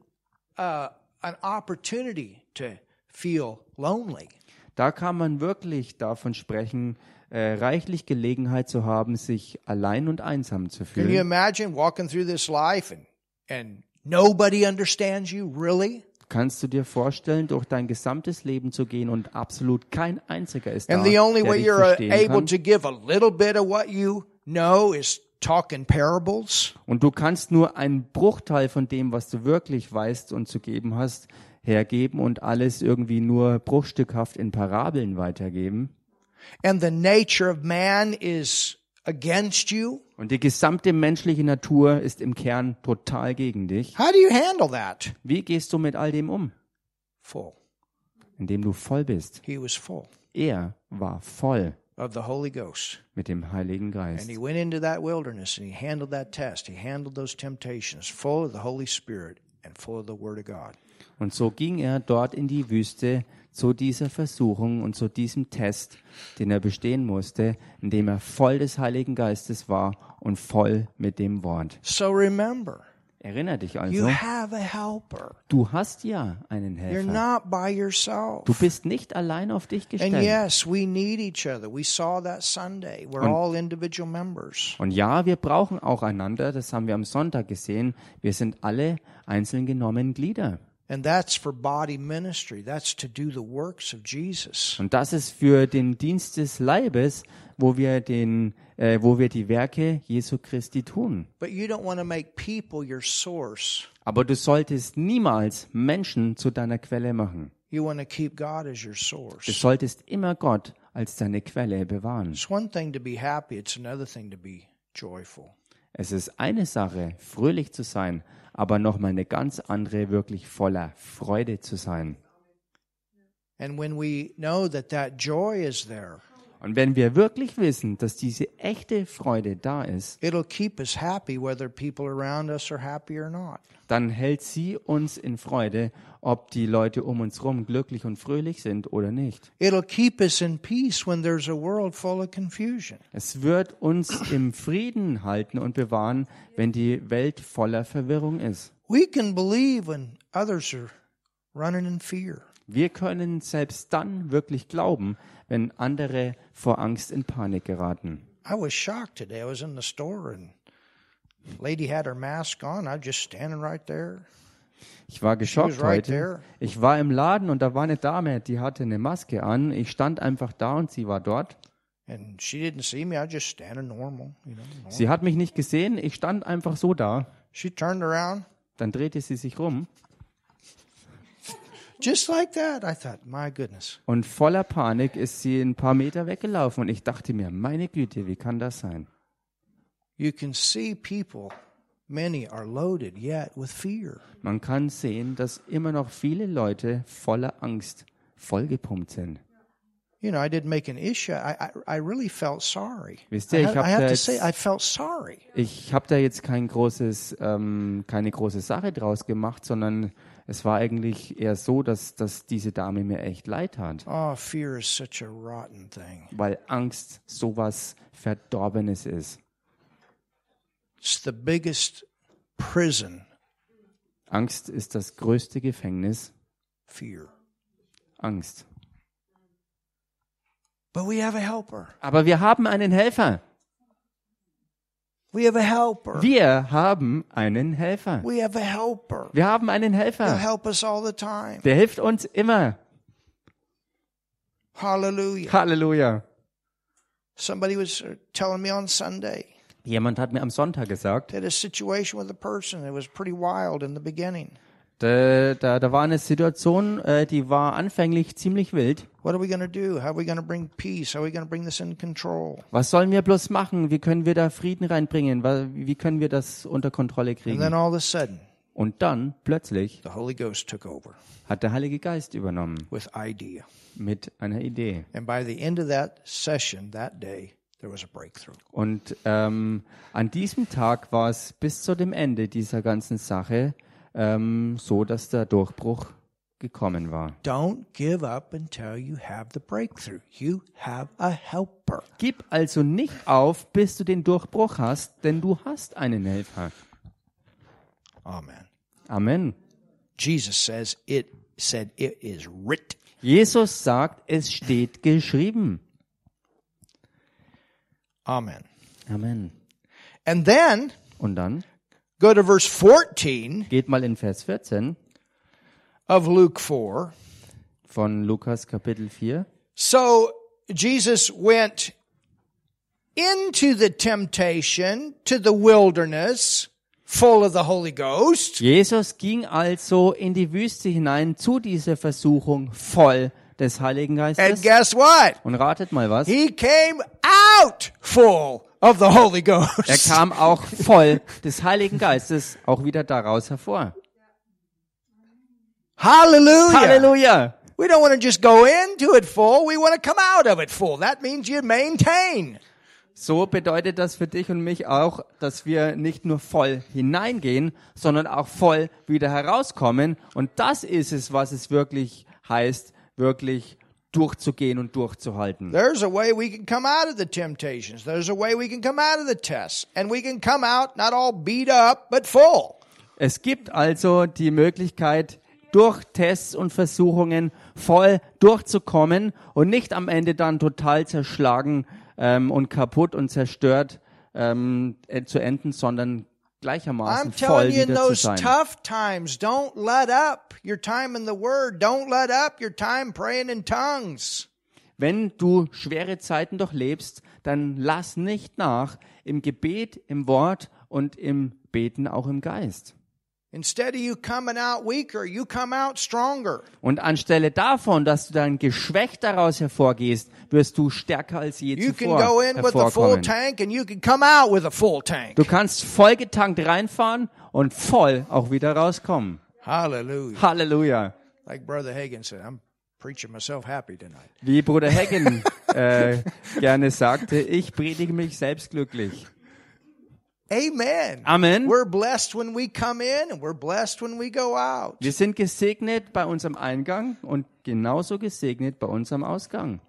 Speaker 2: uh, an opportunity to feel lonely.
Speaker 1: Da kann man wirklich davon sprechen, äh, reichlich Gelegenheit zu haben, sich allein und einsam zu
Speaker 2: Can you
Speaker 1: fühlen.
Speaker 2: imagine walking through this life and and Nobody understands you, really?
Speaker 1: Kannst du dir vorstellen, durch dein gesamtes Leben zu gehen und absolut kein einziger ist da,
Speaker 2: And the only
Speaker 1: der
Speaker 2: way
Speaker 1: dich
Speaker 2: you're uh,
Speaker 1: verstehen
Speaker 2: able
Speaker 1: kann?
Speaker 2: to give a little bit of what you know is talking parables.
Speaker 1: Und du kannst nur einen Bruchteil von dem, was du wirklich weißt und zu geben hast, hergeben und alles irgendwie nur bruchstückhaft in Parabeln weitergeben.
Speaker 2: And the nature of man is against you.
Speaker 1: Und die gesamte menschliche Natur ist im Kern total gegen dich.
Speaker 2: How do you handle that?
Speaker 1: Wie gehst du mit all dem um?
Speaker 2: Full.
Speaker 1: Indem du voll bist.
Speaker 2: He was full
Speaker 1: Er war voll
Speaker 2: of the Holy Ghost.
Speaker 1: mit dem Heiligen
Speaker 2: And
Speaker 1: Geist.
Speaker 2: he went into that wilderness and he handled that test. He handled those temptations full of the Holy Spirit and full of the Word of God.
Speaker 1: Und so ging er dort in die Wüste zu dieser Versuchung und zu diesem Test, den er bestehen musste, indem er voll des Heiligen Geistes war und voll mit dem Wort.
Speaker 2: So remember,
Speaker 1: Erinner dich
Speaker 2: you
Speaker 1: also,
Speaker 2: have a helper.
Speaker 1: du hast ja einen
Speaker 2: You're
Speaker 1: Helfer.
Speaker 2: not by yourself.
Speaker 1: Du bist nicht allein auf dich
Speaker 2: And
Speaker 1: gestellt.
Speaker 2: yes, we need each other. We saw that Sunday. We're all individual members.
Speaker 1: Und ja, wir brauchen auch einander, das haben wir am Sonntag gesehen. Wir sind alle einzeln genommen Glieder.
Speaker 2: And that's for body ministry. That's to do the works of Jesus.
Speaker 1: Und das ist für den Dienst des Leibes, wo wir den, äh, wo wir die Werke Jesu Christi tun.
Speaker 2: But you don't want to make people your source.
Speaker 1: Aber du solltest niemals Menschen zu deiner Quelle machen.
Speaker 2: You want to keep God as your
Speaker 1: Du
Speaker 2: source.
Speaker 1: solltest immer Gott als deine Quelle bewahren.
Speaker 2: It's one thing to be happy, it's another thing to be joyful.
Speaker 1: Es ist eine Sache, fröhlich zu sein, aber nochmal eine ganz andere, wirklich voller Freude zu sein.
Speaker 2: And when we know that that joy is there,
Speaker 1: Und wenn wir wirklich wissen, dass diese echte Freude da ist,
Speaker 2: it'll keep us happy whether people around us are happy or not.
Speaker 1: dann hält sie uns in Freude, ob die Leute um uns rum glücklich und fröhlich sind oder nicht.
Speaker 2: It'll keep us in peace when there's a world full of confusion.
Speaker 1: Es wird uns im Frieden halten und bewahren, wenn die Welt voller Verwirrung ist.
Speaker 2: We can believe when others are running in fear.
Speaker 1: Wir können selbst dann wirklich glauben, wenn andere vor Angst in Panik geraten.
Speaker 2: I was shocked today. I was in the store and lady had her mask on. I was just standing right there.
Speaker 1: Ich war
Speaker 2: She
Speaker 1: geschockt
Speaker 2: was right
Speaker 1: heute.
Speaker 2: there.
Speaker 1: Ich war im Laden und da war eine Dame, die hatte eine Maske an. Ich stand einfach da und sie war dort.
Speaker 2: And she didn't see me. I was just standing normal, you know. normal.
Speaker 1: Sie hat mich nicht gesehen, ich stand einfach so da.
Speaker 2: She turned around
Speaker 1: Dann drehte sie sich rum
Speaker 2: just like that. I thought, my goodness.
Speaker 1: und voller Panik ist sie ein paar Meter weggelaufen und ich dachte mir, meine Güte, wie kann das sein?
Speaker 2: You can see people, many are loaded yet with fear.
Speaker 1: Man kann sehen, dass immer noch viele Leute voller Angst vollgepumpt sind.
Speaker 2: You know, I didn't make an issue. I, I, I really felt sorry.
Speaker 1: Wisst ihr,
Speaker 2: I,
Speaker 1: ich
Speaker 2: have-
Speaker 1: hab
Speaker 2: I have
Speaker 1: da
Speaker 2: to
Speaker 1: jetzt-
Speaker 2: say, I felt sorry.
Speaker 1: Ich habe da jetzt kein großes, ähm, keine große Sache draus gemacht, sondern es war eigentlich eher so, dass, dass diese Dame mir echt leid tat,
Speaker 2: Oh, fear is such a rotten thing.
Speaker 1: weil Angst sowas Verdorbenes ist.
Speaker 2: It's the biggest prison,
Speaker 1: Angst ist das größte Gefängnis.
Speaker 2: fear.
Speaker 1: Angst.
Speaker 2: But we have a helper.
Speaker 1: Aber wir haben einen Helfer.
Speaker 2: We have a helper.
Speaker 1: Wir haben einen Helfer.
Speaker 2: We have a helper.
Speaker 1: Wir haben einen
Speaker 2: He'll
Speaker 1: Helfer.
Speaker 2: help us all the time.
Speaker 1: Der hilft uns immer.
Speaker 2: Hallelujah.
Speaker 1: Halleluja.
Speaker 2: Somebody was uh, telling me on Sunday,
Speaker 1: Jemand hat mir am Sonntag gesagt,
Speaker 2: they had a situation with a person that was pretty wild in the beginning.
Speaker 1: da, da, da war eine Situation, äh, die war anfänglich ziemlich wild.
Speaker 2: What are we going to do? How are we going to bring peace? How are we going to bring this in control?
Speaker 1: Was sollen wir bloß machen? Wie können wir da Frieden reinbringen? Wa- Wie können wir das unter Kontrolle
Speaker 2: And
Speaker 1: kriegen?
Speaker 2: then all of a sudden,
Speaker 1: Und dann plötzlich
Speaker 2: the Holy Ghost took over
Speaker 1: hat der Heilige Geist übernommen
Speaker 2: with idea.
Speaker 1: mit einer Idee.
Speaker 2: And by the end of that session that day, there was a breakthrough.
Speaker 1: Und ähm, an diesem Tag war es bis zu dem Ende dieser ganzen Sache ähm, so, dass der Durchbruch gekommen war.
Speaker 2: Don't give up until you have the breakthrough. You have a helper.
Speaker 1: Gib also nicht auf, bis du den Durchbruch hast, denn du hast einen Helfer.
Speaker 2: Amen.
Speaker 1: Amen.
Speaker 2: Jesus says it said it is writ.
Speaker 1: Jesus sagt, es steht geschrieben.
Speaker 2: Amen.
Speaker 1: Amen.
Speaker 2: And then
Speaker 1: Und dann
Speaker 2: Go to verse 14
Speaker 1: Geht mal in Vers 14
Speaker 2: of Luke 4.
Speaker 1: von Lukas Kapitel 4.
Speaker 2: So Jesus went into the temptation to the wilderness full of the Holy Ghost.
Speaker 1: Jesus ging also in die Wüste hinein zu dieser Versuchung voll des Heiligen
Speaker 2: And
Speaker 1: Geistes.
Speaker 2: guess what?
Speaker 1: Und ratet mal was.
Speaker 2: He came out full of the Holy
Speaker 1: Er
Speaker 2: Ghost.
Speaker 1: kam auch voll des Heiligen Geistes auch wieder daraus hervor.
Speaker 2: Hallelujah.
Speaker 1: Halleluja!
Speaker 2: We don't want to just go into it full. We want to come out of it full. That means you maintain.
Speaker 1: So bedeutet das für dich und mich auch, dass wir nicht nur voll hineingehen, sondern auch voll wieder herauskommen. Und das ist es, was es wirklich heißt, wirklich durchzugehen und durchzuhalten.
Speaker 2: There's a way we can come out of the temptations. There's a way we can come out of the tests. And we can come out not all beat up, but full.
Speaker 1: Es gibt also die Möglichkeit, durch Tests und Versuchungen voll durchzukommen und nicht am Ende dann total zerschlagen ähm, und kaputt und zerstört ähm, äh, zu enden, sondern
Speaker 2: I'm
Speaker 1: gleichermaßen voll
Speaker 2: telling you, in
Speaker 1: wieder zu
Speaker 2: those
Speaker 1: sein.
Speaker 2: tough times, don't let up your time in the Word. Don't let up your time praying in tongues.
Speaker 1: Wenn du schwere Zeiten durchlebst, dann lass nicht nach im Gebet, im Wort und im Beten auch im Geist.
Speaker 2: Instead of you coming out weaker, you come out stronger.
Speaker 1: Und anstelle davon, dass du dein Geschwächt daraus hervorgehst, wirst du stärker als je
Speaker 2: You can
Speaker 1: zuvor
Speaker 2: go in with a full
Speaker 1: hervorkommen.
Speaker 2: tank and you can come out with a full tank.
Speaker 1: Du kannst vollgetankt reinfahren und voll auch wieder rauskommen.
Speaker 2: Hallelujah.
Speaker 1: Halleluja.
Speaker 2: Like Brother Hagin said, I'm preaching myself happy tonight.
Speaker 1: Wie Bruder
Speaker 2: <laughs>
Speaker 1: Hagen äh, gerne sagte, ich predige mich selbst glücklich.
Speaker 2: Amen.
Speaker 1: Amen.
Speaker 2: We're blessed when we come in and we're blessed when we go out.
Speaker 1: Wir sind gesegnet bei unserem Eingang und genauso gesegnet bei unserem Ausgang.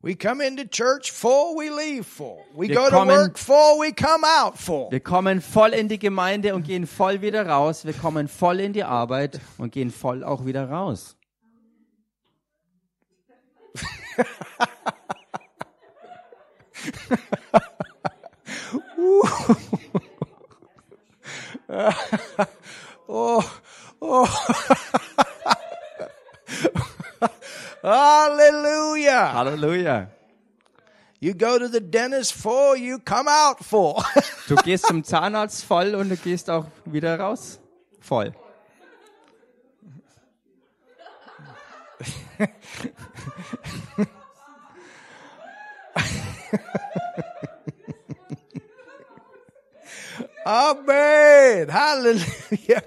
Speaker 2: We come into church full, we leave full. We
Speaker 1: Wir
Speaker 2: go to
Speaker 1: kommen-
Speaker 2: work full, we come out full.
Speaker 1: Wir kommen voll in die Gemeinde und gehen voll wieder raus. Wir kommen voll in die Arbeit und gehen voll auch wieder raus.
Speaker 2: Oh, oh. Hallelujah.
Speaker 1: Halleluja.
Speaker 2: You go to the dentist full, you come out full. <laughs>
Speaker 1: Du gehst zum Zahnarzt voll und du gehst auch wieder raus voll.
Speaker 2: Amen. Hallelujah.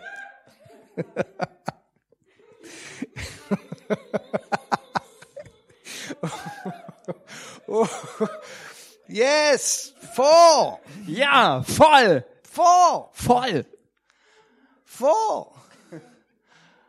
Speaker 2: yes, full,
Speaker 1: Ja, voll,
Speaker 2: full,
Speaker 1: voll,
Speaker 2: full.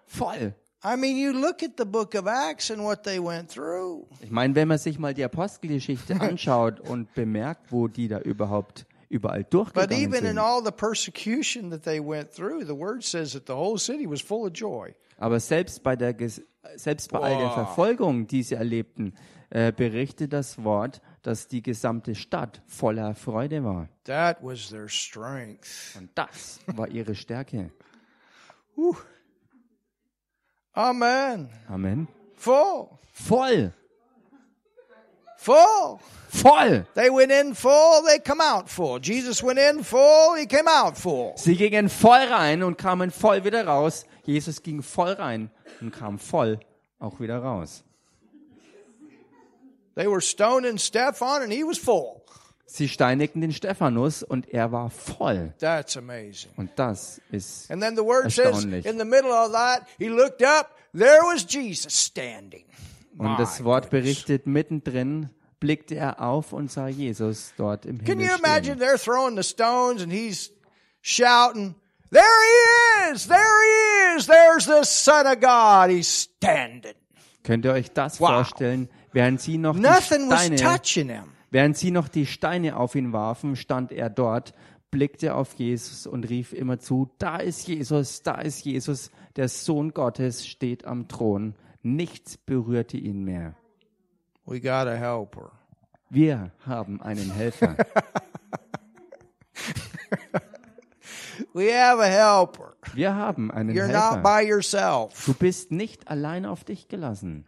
Speaker 1: voll.
Speaker 2: I mean, you look at the book of Acts and what they went through.
Speaker 1: Ich meine, wenn man sich mal die Apostelgeschichte anschaut und bemerkt, wo die da überhaupt überall
Speaker 2: But
Speaker 1: durchgegangen
Speaker 2: even in
Speaker 1: sind.
Speaker 2: all the persecution that they went through, the word says that the whole city was full of joy.
Speaker 1: Aber selbst bei, der, Ges- selbst bei all der Verfolgung, die sie erlebten, äh, berichtet das Wort, dass die gesamte Stadt voller Freude war.
Speaker 2: That was their strength.
Speaker 1: Und das war ihre Stärke.
Speaker 2: Amen.
Speaker 1: Amen.
Speaker 2: Full,
Speaker 1: Voll,
Speaker 2: full.
Speaker 1: voll.
Speaker 2: They went in full, they come out full. Jesus went in full, he came out full.
Speaker 1: Sie gingen voll rein und kamen voll wieder raus. Jesus ging voll rein und kam voll auch wieder raus.
Speaker 2: They were stoning Stephan and he was full.
Speaker 1: Sie steinigten den Stephanus und er war voll.
Speaker 2: That's amazing.
Speaker 1: Und das ist
Speaker 2: And then the word says
Speaker 1: Erstaunlich.
Speaker 2: in the middle of that, he looked up, there was Jesus standing.
Speaker 1: Und das
Speaker 2: My
Speaker 1: Wort
Speaker 2: goodness.
Speaker 1: berichtet mittendrin, blickte er auf und sah Jesus dort im
Speaker 2: Can
Speaker 1: Himmel
Speaker 2: you imagine
Speaker 1: stehen.
Speaker 2: they're throwing the stones and he's shouting, There he is! There he is! There's the Son of God! He's standing.
Speaker 1: Könnt ihr euch das
Speaker 2: Wow.
Speaker 1: vorstellen? Während sie, noch die
Speaker 2: Nothing was
Speaker 1: Steine,
Speaker 2: touching him.
Speaker 1: während sie noch die Steine auf ihn warfen, stand er dort, blickte auf Jesus und rief immer zu, da ist Jesus, da ist Jesus, der Sohn Gottes steht am Thron. Nichts berührte ihn mehr.
Speaker 2: We got a helper. <laughs>
Speaker 1: Wir haben einen Helfer.
Speaker 2: We have a helper.
Speaker 1: Wir haben einen
Speaker 2: You're not
Speaker 1: Helfer.
Speaker 2: by yourself.
Speaker 1: Du bist nicht allein auf dich gelassen.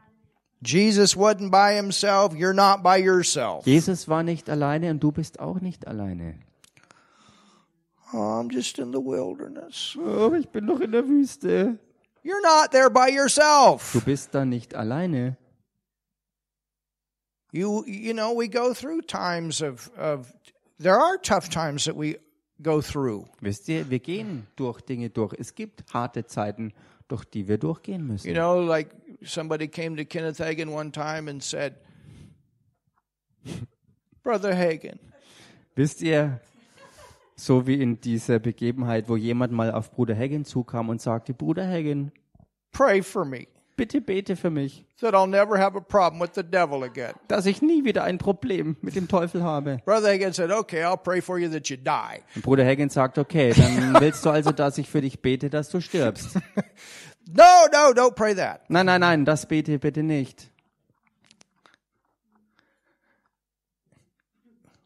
Speaker 2: Jesus wasn't by himself. You're not by yourself.
Speaker 1: Jesus war nicht alleine und du bist auch nicht alleine.
Speaker 2: Oh, I'm just in the wilderness.
Speaker 1: Oh, ich bin noch in der Wüste.
Speaker 2: You're not there by yourself.
Speaker 1: Du bist da nicht alleine.
Speaker 2: You you know, we go through times of of there are tough times that we go through.
Speaker 1: Wisst ihr, wir gehen durch Dinge durch. Es gibt harte Zeiten, durch die wir durchgehen müssen.
Speaker 2: You know, like somebody came to Kenneth Hagin one time and said, Brother Hagin,
Speaker 1: Wisst ihr, so wie in dieser Begebenheit, wo jemand mal auf Bruder Hagen zukam und sagte, Bruder Hagen,
Speaker 2: pray for me
Speaker 1: bitte bete für mich,
Speaker 2: that I'll never have a problem with the devil again.
Speaker 1: dass ich nie wieder ein Problem mit dem Teufel habe.
Speaker 2: Brother Hagin said, Okay, I'll pray for you that you die.
Speaker 1: Und Bruder Hagen sagt, okay, <laughs> dann willst du also, dass ich für dich bete, dass du <laughs> stirbst.
Speaker 2: No, no, don't pray that.
Speaker 1: Nein, nein, nein, das bete bitte nicht.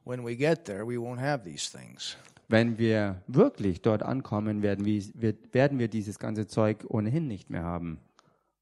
Speaker 2: When we get there, we won't have these things.
Speaker 1: Wenn wir wirklich dort ankommen, werden wir, wird- werden wir dieses ganze Zeug ohnehin nicht mehr haben.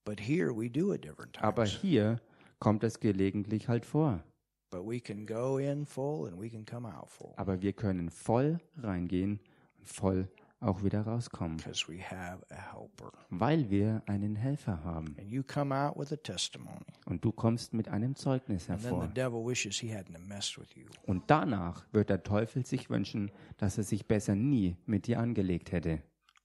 Speaker 2: But here we do at different times.
Speaker 1: Aber hier kommt es gelegentlich halt vor.
Speaker 2: But we can go in full and we can come out full
Speaker 1: Aber wir können voll reingehen und voll auch wieder rauskommen,
Speaker 2: because we have a helper.
Speaker 1: weil wir einen Helfer haben.
Speaker 2: And you come out with a testimony.
Speaker 1: Und du kommst mit einem Zeugnis
Speaker 2: And then the
Speaker 1: hervor.
Speaker 2: devil wishes he hadn't have messed with you.
Speaker 1: Und danach wird der Teufel sich wünschen, dass er sich besser nie mit dir angelegt hätte.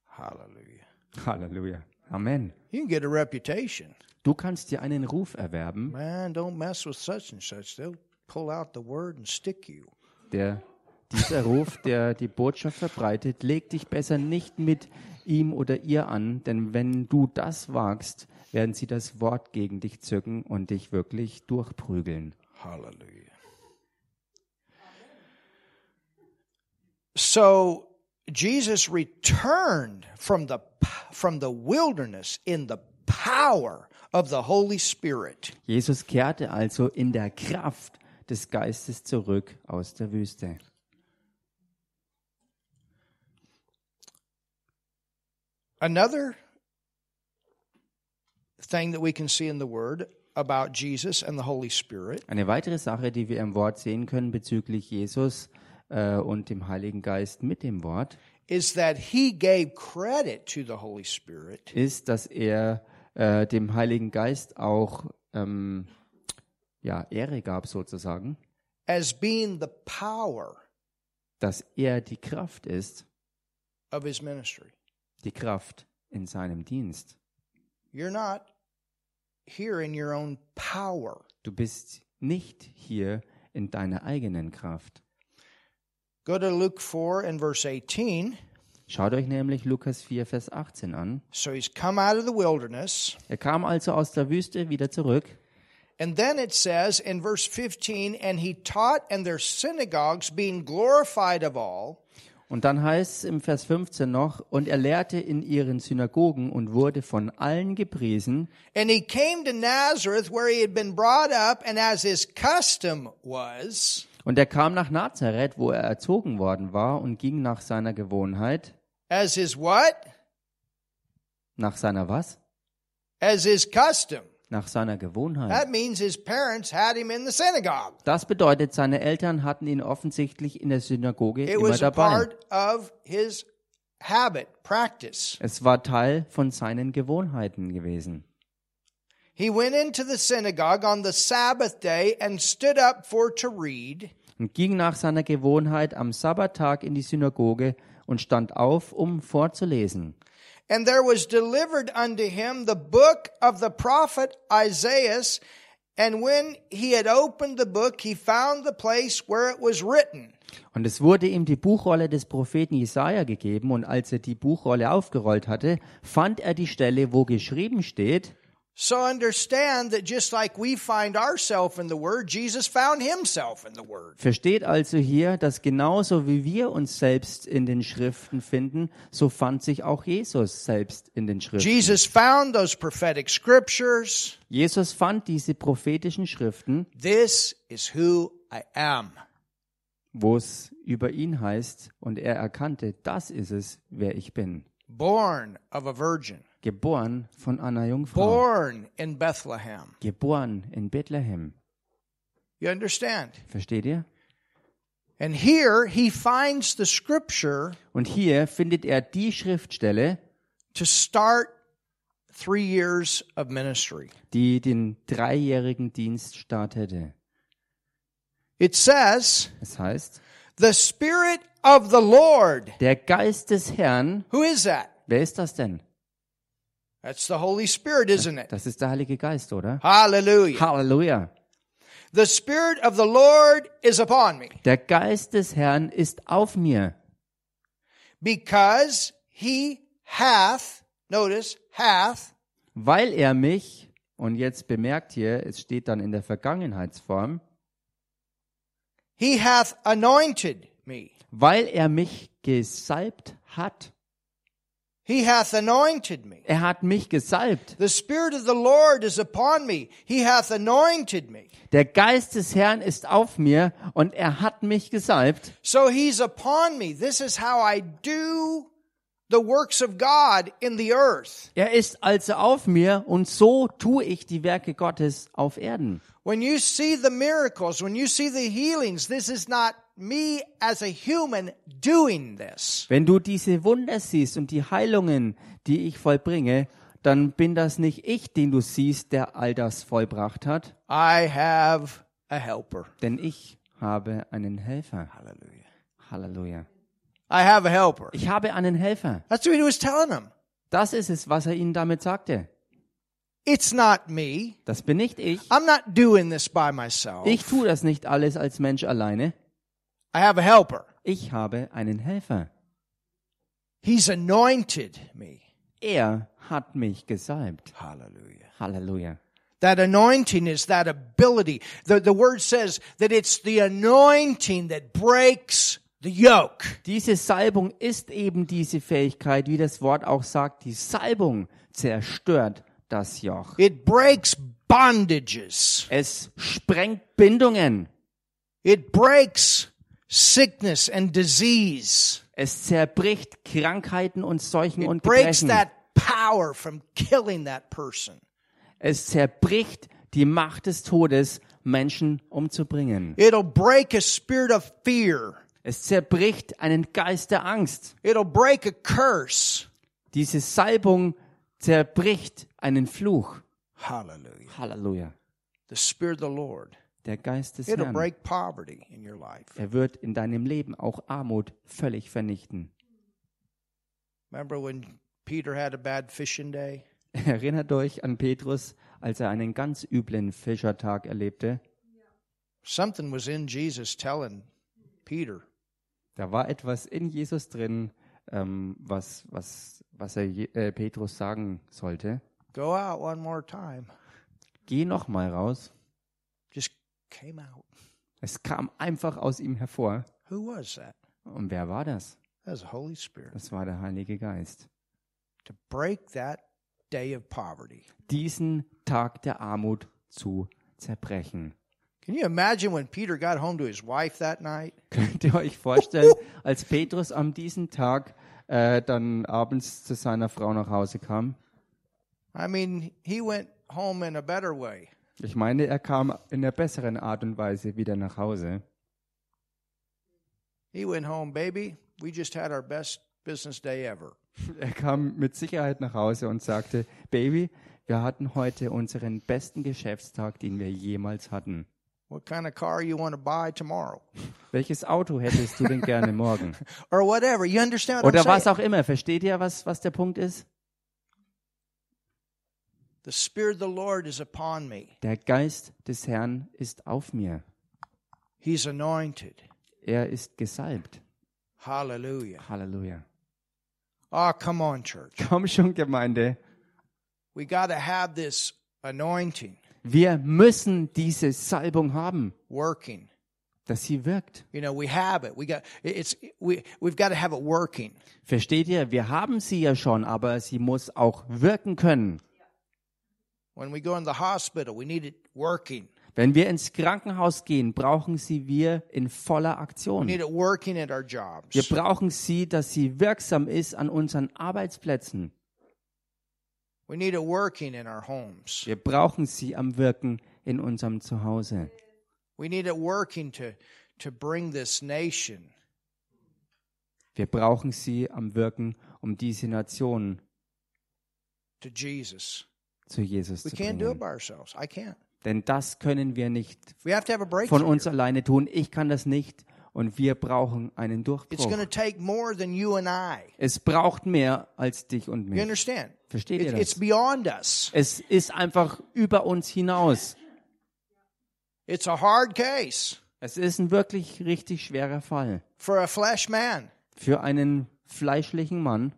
Speaker 2: Hallelujah.
Speaker 1: Halleluja. Amen.
Speaker 2: You can get a reputation.
Speaker 1: Du kannst dir einen Ruf erwerben,
Speaker 2: Man, don't mess with such and such. They'll pull out the word and stick you.
Speaker 1: der dieser Ruf, der die Botschaft verbreitet, leg dich besser nicht mit ihm oder ihr an, denn wenn du das wagst, werden sie das Wort gegen dich zücken und dich wirklich durchprügeln.
Speaker 2: Hallelujah. So Jesus returned from the from the wilderness in the power of the Holy Spirit.
Speaker 1: Jesus kehrte also in der Kraft des Geistes zurück aus der Wüste.
Speaker 2: Another thing that we can see in the word about Jesus and the Holy Spirit
Speaker 1: Eine weitere Sache, die wir im Wort sehen können bezüglich Jesus äh, und dem Heiligen Geist mit dem Wort,
Speaker 2: is that he gave credit to the Holy Spirit
Speaker 1: ist, dass er äh, dem Heiligen Geist auch ähm, ja, Ehre gab sozusagen,
Speaker 2: as being the power
Speaker 1: dass er die Kraft ist,
Speaker 2: of his ministry.
Speaker 1: die Kraft in seinem Dienst.
Speaker 2: You're not here in your own power.
Speaker 1: Du bist nicht hier in deiner eigenen Kraft.
Speaker 2: Go to Luke 4 and verse 18.
Speaker 1: Schaut euch nämlich Lukas 4, Vers 18 an.
Speaker 2: So he's come out of the wilderness.
Speaker 1: Er kam also aus der Wüste wieder zurück.
Speaker 2: And then it says in verse 15, and he taught in their synagogues, being glorified of all.
Speaker 1: Und dann heißt es im Vers 15 noch, und er lehrte in ihren Synagogen und wurde von allen gepriesen.
Speaker 2: And he came to Nazareth, where he had been brought up, and as his custom was,
Speaker 1: Und er kam nach Nazareth, wo er erzogen worden war, und ging nach seiner Gewohnheit.
Speaker 2: as his what?
Speaker 1: Nach seiner was?
Speaker 2: As his custom.
Speaker 1: Nach seiner Gewohnheit.
Speaker 2: That means his parents had him in the synagogue.
Speaker 1: Das bedeutet, seine Eltern hatten ihn offensichtlich in der Synagoge
Speaker 2: It
Speaker 1: immer
Speaker 2: was a
Speaker 1: dabei.
Speaker 2: part of his habit, practice.
Speaker 1: Es war Teil von seinen Gewohnheiten gewesen.
Speaker 2: He went into the synagogue on the Sabbath day and stood up for to read.
Speaker 1: Und ging nach seiner Gewohnheit am Sabbattag in die Synagoge und stand auf, um vorzulesen.
Speaker 2: And there was delivered unto him the book of the prophet Isaiah. And when he had opened the book, he found the place where it was written.
Speaker 1: Und es wurde ihm die Buchrolle des Propheten Jesaja gegeben, und als er die Buchrolle aufgerollt hatte, fand er die Stelle, wo geschrieben steht.
Speaker 2: So understand that just like we find ourselves in the Word, Jesus found himself in the Word.
Speaker 1: Versteht also hier, dass genauso wie wir uns selbst in den Schriften finden, so fand sich auch Jesus selbst in den Schriften.
Speaker 2: Jesus found those prophetic scriptures.
Speaker 1: Jesus fand diese prophetischen Schriften.
Speaker 2: This is who I am.
Speaker 1: wo es über ihn heißt, und er erkannte, das ist es, wer ich bin.
Speaker 2: born of a virgin,
Speaker 1: Geboren von einer Jungfrau.
Speaker 2: born in Bethlehem.
Speaker 1: Geboren in Bethlehem.
Speaker 2: You understand?
Speaker 1: Versteht ihr?
Speaker 2: And here he finds the scripture
Speaker 1: Und hier findet er die Schriftstelle,
Speaker 2: to start three years of ministry.
Speaker 1: die den dreijährigen Dienst startete.
Speaker 2: It says,
Speaker 1: Es heißt,
Speaker 2: The Spirit of the Lord.
Speaker 1: der Geist des Herrn,
Speaker 2: Who is that?
Speaker 1: wer ist das denn?
Speaker 2: That's the Holy Spirit, isn't it?
Speaker 1: Das ist der Heilige Geist, oder?
Speaker 2: Hallelujah.
Speaker 1: Halleluja.
Speaker 2: The Spirit of the Lord is upon me
Speaker 1: Der Geist des Herrn ist auf mir,
Speaker 2: because he hath, notice, hath
Speaker 1: weil er mich, und jetzt bemerkt hier, es steht dann in der Vergangenheitsform,
Speaker 2: He hath anointed me.
Speaker 1: weil er mich gesalbt hat.
Speaker 2: He hath anointed me.
Speaker 1: Er hat mich gesalbt.
Speaker 2: The Spirit of the Lord is upon me. He hath anointed me.
Speaker 1: Der Geist des Herrn ist auf mir und er hat mich gesalbt.
Speaker 2: So he's upon me. This is how I do the works of God in the earth.
Speaker 1: Er ist also auf mir und so tue ich die Werke Gottes auf Erden.
Speaker 2: When you see the miracles, when you see the healings, this is not me as a human doing this.
Speaker 1: Wenn du diese Wunder siehst und die Heilungen, die ich vollbringe, dann bin das nicht ich, den du siehst, der all das vollbracht hat,
Speaker 2: I have a helper.
Speaker 1: denn ich habe einen Helfer.
Speaker 2: Hallelujah.
Speaker 1: Halleluja.
Speaker 2: I have a helper.
Speaker 1: Ich habe einen Helfer.
Speaker 2: That's what he was telling them.
Speaker 1: Das ist es, was er ihnen damit sagte.
Speaker 2: It's not me.
Speaker 1: Das bin nicht ich.
Speaker 2: I'm not doing this by myself.
Speaker 1: Ich tue das nicht alles als Mensch alleine.
Speaker 2: I have a helper.
Speaker 1: Ich habe einen Helfer.
Speaker 2: He's anointed me.
Speaker 1: Er hat mich gesalbt.
Speaker 2: Hallelujah.
Speaker 1: Halleluja.
Speaker 2: That anointing is that ability. The, the word says that it's the anointing that breaks the yoke.
Speaker 1: Diese Salbung ist eben diese Fähigkeit, wie das Wort auch sagt, die Salbung zerstört das Joch.
Speaker 2: It breaks bondages.
Speaker 1: Es sprengt Bindungen.
Speaker 2: It breaks sickness and disease.
Speaker 1: Es zerbricht Krankheiten und Seuchen und
Speaker 2: It breaks
Speaker 1: Gebrechen.
Speaker 2: that power from killing that person.
Speaker 1: Es zerbricht die Macht des Todes, Menschen umzubringen.
Speaker 2: It'll break a spirit of fear.
Speaker 1: Es zerbricht einen Geist der Angst.
Speaker 2: It'll break a curse.
Speaker 1: Diese Salbung zerbricht einen Fluch.
Speaker 2: Hallelujah.
Speaker 1: Halleluja.
Speaker 2: The Spirit of the Lord.
Speaker 1: Der Geist des
Speaker 2: It'll
Speaker 1: Herrn.
Speaker 2: break poverty in your life.
Speaker 1: Er wird in deinem Leben auch Armut völlig vernichten.
Speaker 2: Remember when Peter had a bad fishing day?
Speaker 1: <laughs> Erinnert euch an Petrus, als er einen ganz üblen Fischertag erlebte.
Speaker 2: Something was in Jesus telling Peter,
Speaker 1: Da war etwas in Jesus drin, ähm, was, was, was er Je äh, Petrus sagen sollte.
Speaker 2: Go out one more time.
Speaker 1: Geh nochmal raus.
Speaker 2: Just came out.
Speaker 1: Es kam einfach aus ihm hervor.
Speaker 2: Who was that?
Speaker 1: Und wer war das?
Speaker 2: That was the Holy Spirit.
Speaker 1: Das war der Heilige Geist.
Speaker 2: To break that day of poverty.
Speaker 1: Diesen Tag der Armut zu zerbrechen. <laughs>
Speaker 2: Can you imagine when Peter got home to his wife that night?
Speaker 1: Könnt ihr euch vorstellen, als Petrus an diesem Tag äh, dann abends zu seiner Frau nach Hause kam?
Speaker 2: I mean, he went home in a better way.
Speaker 1: Ich meine, er kam in der besseren Art und Weise wieder nach Hause.
Speaker 2: He went home, baby, we just had our best business day ever.
Speaker 1: Er kam mit Sicherheit nach Hause und sagte, Baby, wir hatten heute unseren besten Geschäftstag, den wir jemals hatten.
Speaker 2: What kind of car you want to buy tomorrow?
Speaker 1: Welches Auto hättest du denn gerne morgen?
Speaker 2: Or whatever. You understand what
Speaker 1: Oder
Speaker 2: I'm
Speaker 1: was
Speaker 2: saying?
Speaker 1: auch immer. Versteht ihr, was, was der Punkt ist?
Speaker 2: The Spirit of the Lord is upon me.
Speaker 1: Der Geist des Herrn ist auf mir.
Speaker 2: He's anointed.
Speaker 1: Er ist gesalbt.
Speaker 2: Hallelujah.
Speaker 1: Halleluja.
Speaker 2: Oh, come on, church.
Speaker 1: Komm schon, Gemeinde.
Speaker 2: We got to have this anointing
Speaker 1: Wir müssen diese Salbung haben,
Speaker 2: working.
Speaker 1: dass sie wirkt.
Speaker 2: You know, we have it. We got it's we we've got to have it working.
Speaker 1: Versteht ihr? Wir haben sie ja schon, aber sie muss auch wirken können.
Speaker 2: When we go in the hospital, we need it working.
Speaker 1: Wenn wir ins Krankenhaus gehen, brauchen sie wir in voller Aktion.
Speaker 2: We need it working at our jobs.
Speaker 1: Wir brauchen sie, dass sie wirksam ist an unseren Arbeitsplätzen.
Speaker 2: We need it working in our homes.
Speaker 1: Wir brauchen sie am Wirken in unserem Zuhause.
Speaker 2: We need it working to, to bring this nation
Speaker 1: Wir brauchen sie am Wirken, um diese Nation
Speaker 2: to Jesus.
Speaker 1: zu Jesus
Speaker 2: We
Speaker 1: zu
Speaker 2: can't do
Speaker 1: bringen.
Speaker 2: it by ourselves. I can't.
Speaker 1: Denn das können wir nicht
Speaker 2: We have to have a breakthrough.
Speaker 1: von uns alleine tun. Ich kann das nicht und wir brauchen einen
Speaker 2: It's going
Speaker 1: Durchbruch.
Speaker 2: to take more than you and I.
Speaker 1: Es braucht mehr als dich und
Speaker 2: You
Speaker 1: mich.
Speaker 2: understand?
Speaker 1: Versteht ihr
Speaker 2: It- it's
Speaker 1: das?
Speaker 2: beyond us.
Speaker 1: Es ist einfach über uns hinaus.
Speaker 2: It's a hard case
Speaker 1: Es ist ein wirklich richtig schwerer Fall
Speaker 2: for a flesh man.
Speaker 1: für einen fleischlichen Mann.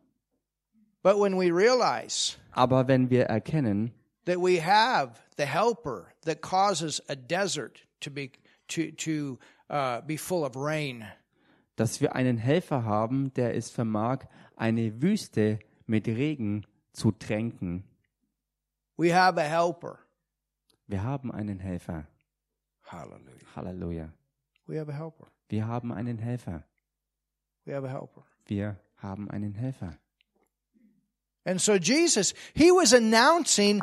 Speaker 2: But when we realize
Speaker 1: Aber wenn wir erkennen,
Speaker 2: that we have the helper that causes a desert to be to to uh, be full of rain,
Speaker 1: dass wir einen Helfer haben, der es vermag, eine Wüste mit Regen zu tränken.
Speaker 2: we have a helper.
Speaker 1: Wir haben einen Helfer.
Speaker 2: Hallelujah.
Speaker 1: Halleluja.
Speaker 2: We have a helper.
Speaker 1: Wir haben einen Helfer.
Speaker 2: We have a helper.
Speaker 1: Wir haben einen Helfer.
Speaker 2: And so Jesus, he was announcing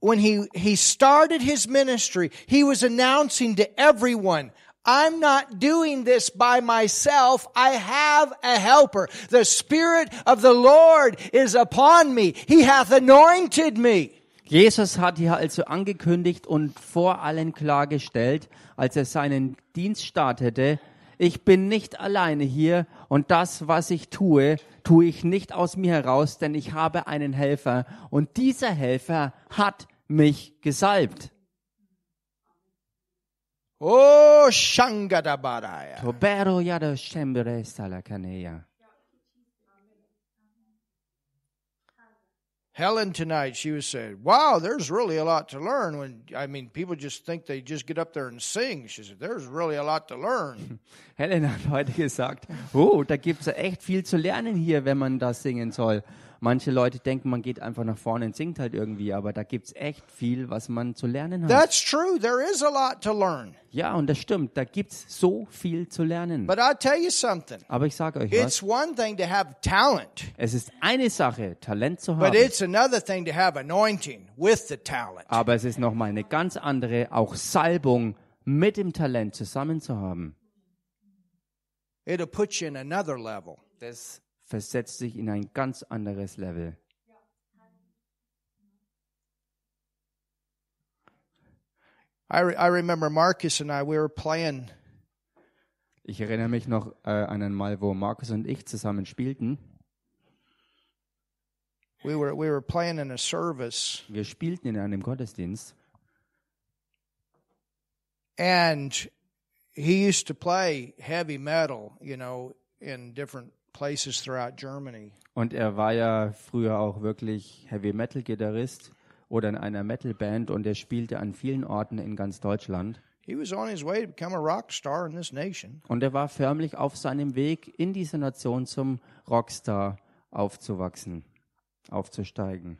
Speaker 2: when he, he started his ministry, he was announcing to everyone, I'm not doing this by myself. I have a helper. The Spirit of the Lord is upon me. He hath anointed me.
Speaker 1: Jesus hat hier also angekündigt und vor allen klargestellt, als er seinen Dienst startete, ich bin nicht alleine hier und das, was ich tue, tue ich nicht aus mir heraus, denn ich habe einen Helfer und dieser Helfer hat mich gesalbt.
Speaker 2: Oh, Shangadabaraya.
Speaker 1: Tobero yada shembere salakaneya.
Speaker 2: Helen tonight, she was saying, Wow, there's really a lot to learn. When, I mean, people just think they just get up there and sing. She said, There's really a lot to learn.
Speaker 1: Helen hat heute gesagt, oh, da gibt's ja echt viel zu lernen hier, wenn man das singen soll. Manche Leute denken, man geht einfach nach vorne und singt halt irgendwie, aber da gibt's echt viel, was man zu lernen hat.
Speaker 2: That's true. There is a lot to learn.
Speaker 1: ja, und das stimmt, da gibt's so viel zu lernen.
Speaker 2: But I tell you something.
Speaker 1: Aber ich sage euch was,
Speaker 2: It's one thing to have talent,
Speaker 1: es ist eine Sache, Talent zu
Speaker 2: but
Speaker 1: haben,
Speaker 2: it's another thing to have anointing with the talent.
Speaker 1: aber es ist nochmal eine ganz andere, auch Salbung mit dem Talent zusammen zu haben.
Speaker 2: It'll put you in another level.
Speaker 1: Das versetzt sich in ein ganz anderes Level.
Speaker 2: I, re- I remember Marcus and I, we were playing.
Speaker 1: Ich erinnere mich noch äh, an einmal, wo Markus und ich zusammen spielten.
Speaker 2: We were we were playing in a service,
Speaker 1: Wir spielten in einem Gottesdienst
Speaker 2: and he used to play heavy metal, you know, in different places throughout Germany.
Speaker 1: und er war ja früher auch wirklich Heavy Metal Gitarrist oder in einer Metal Band und er spielte an vielen Orten in ganz Deutschland
Speaker 2: He was on his way to become a rock star in this nation.
Speaker 1: und er war förmlich auf seinem Weg in dieser Nation zum Rockstar aufzuwachsen, aufzusteigen.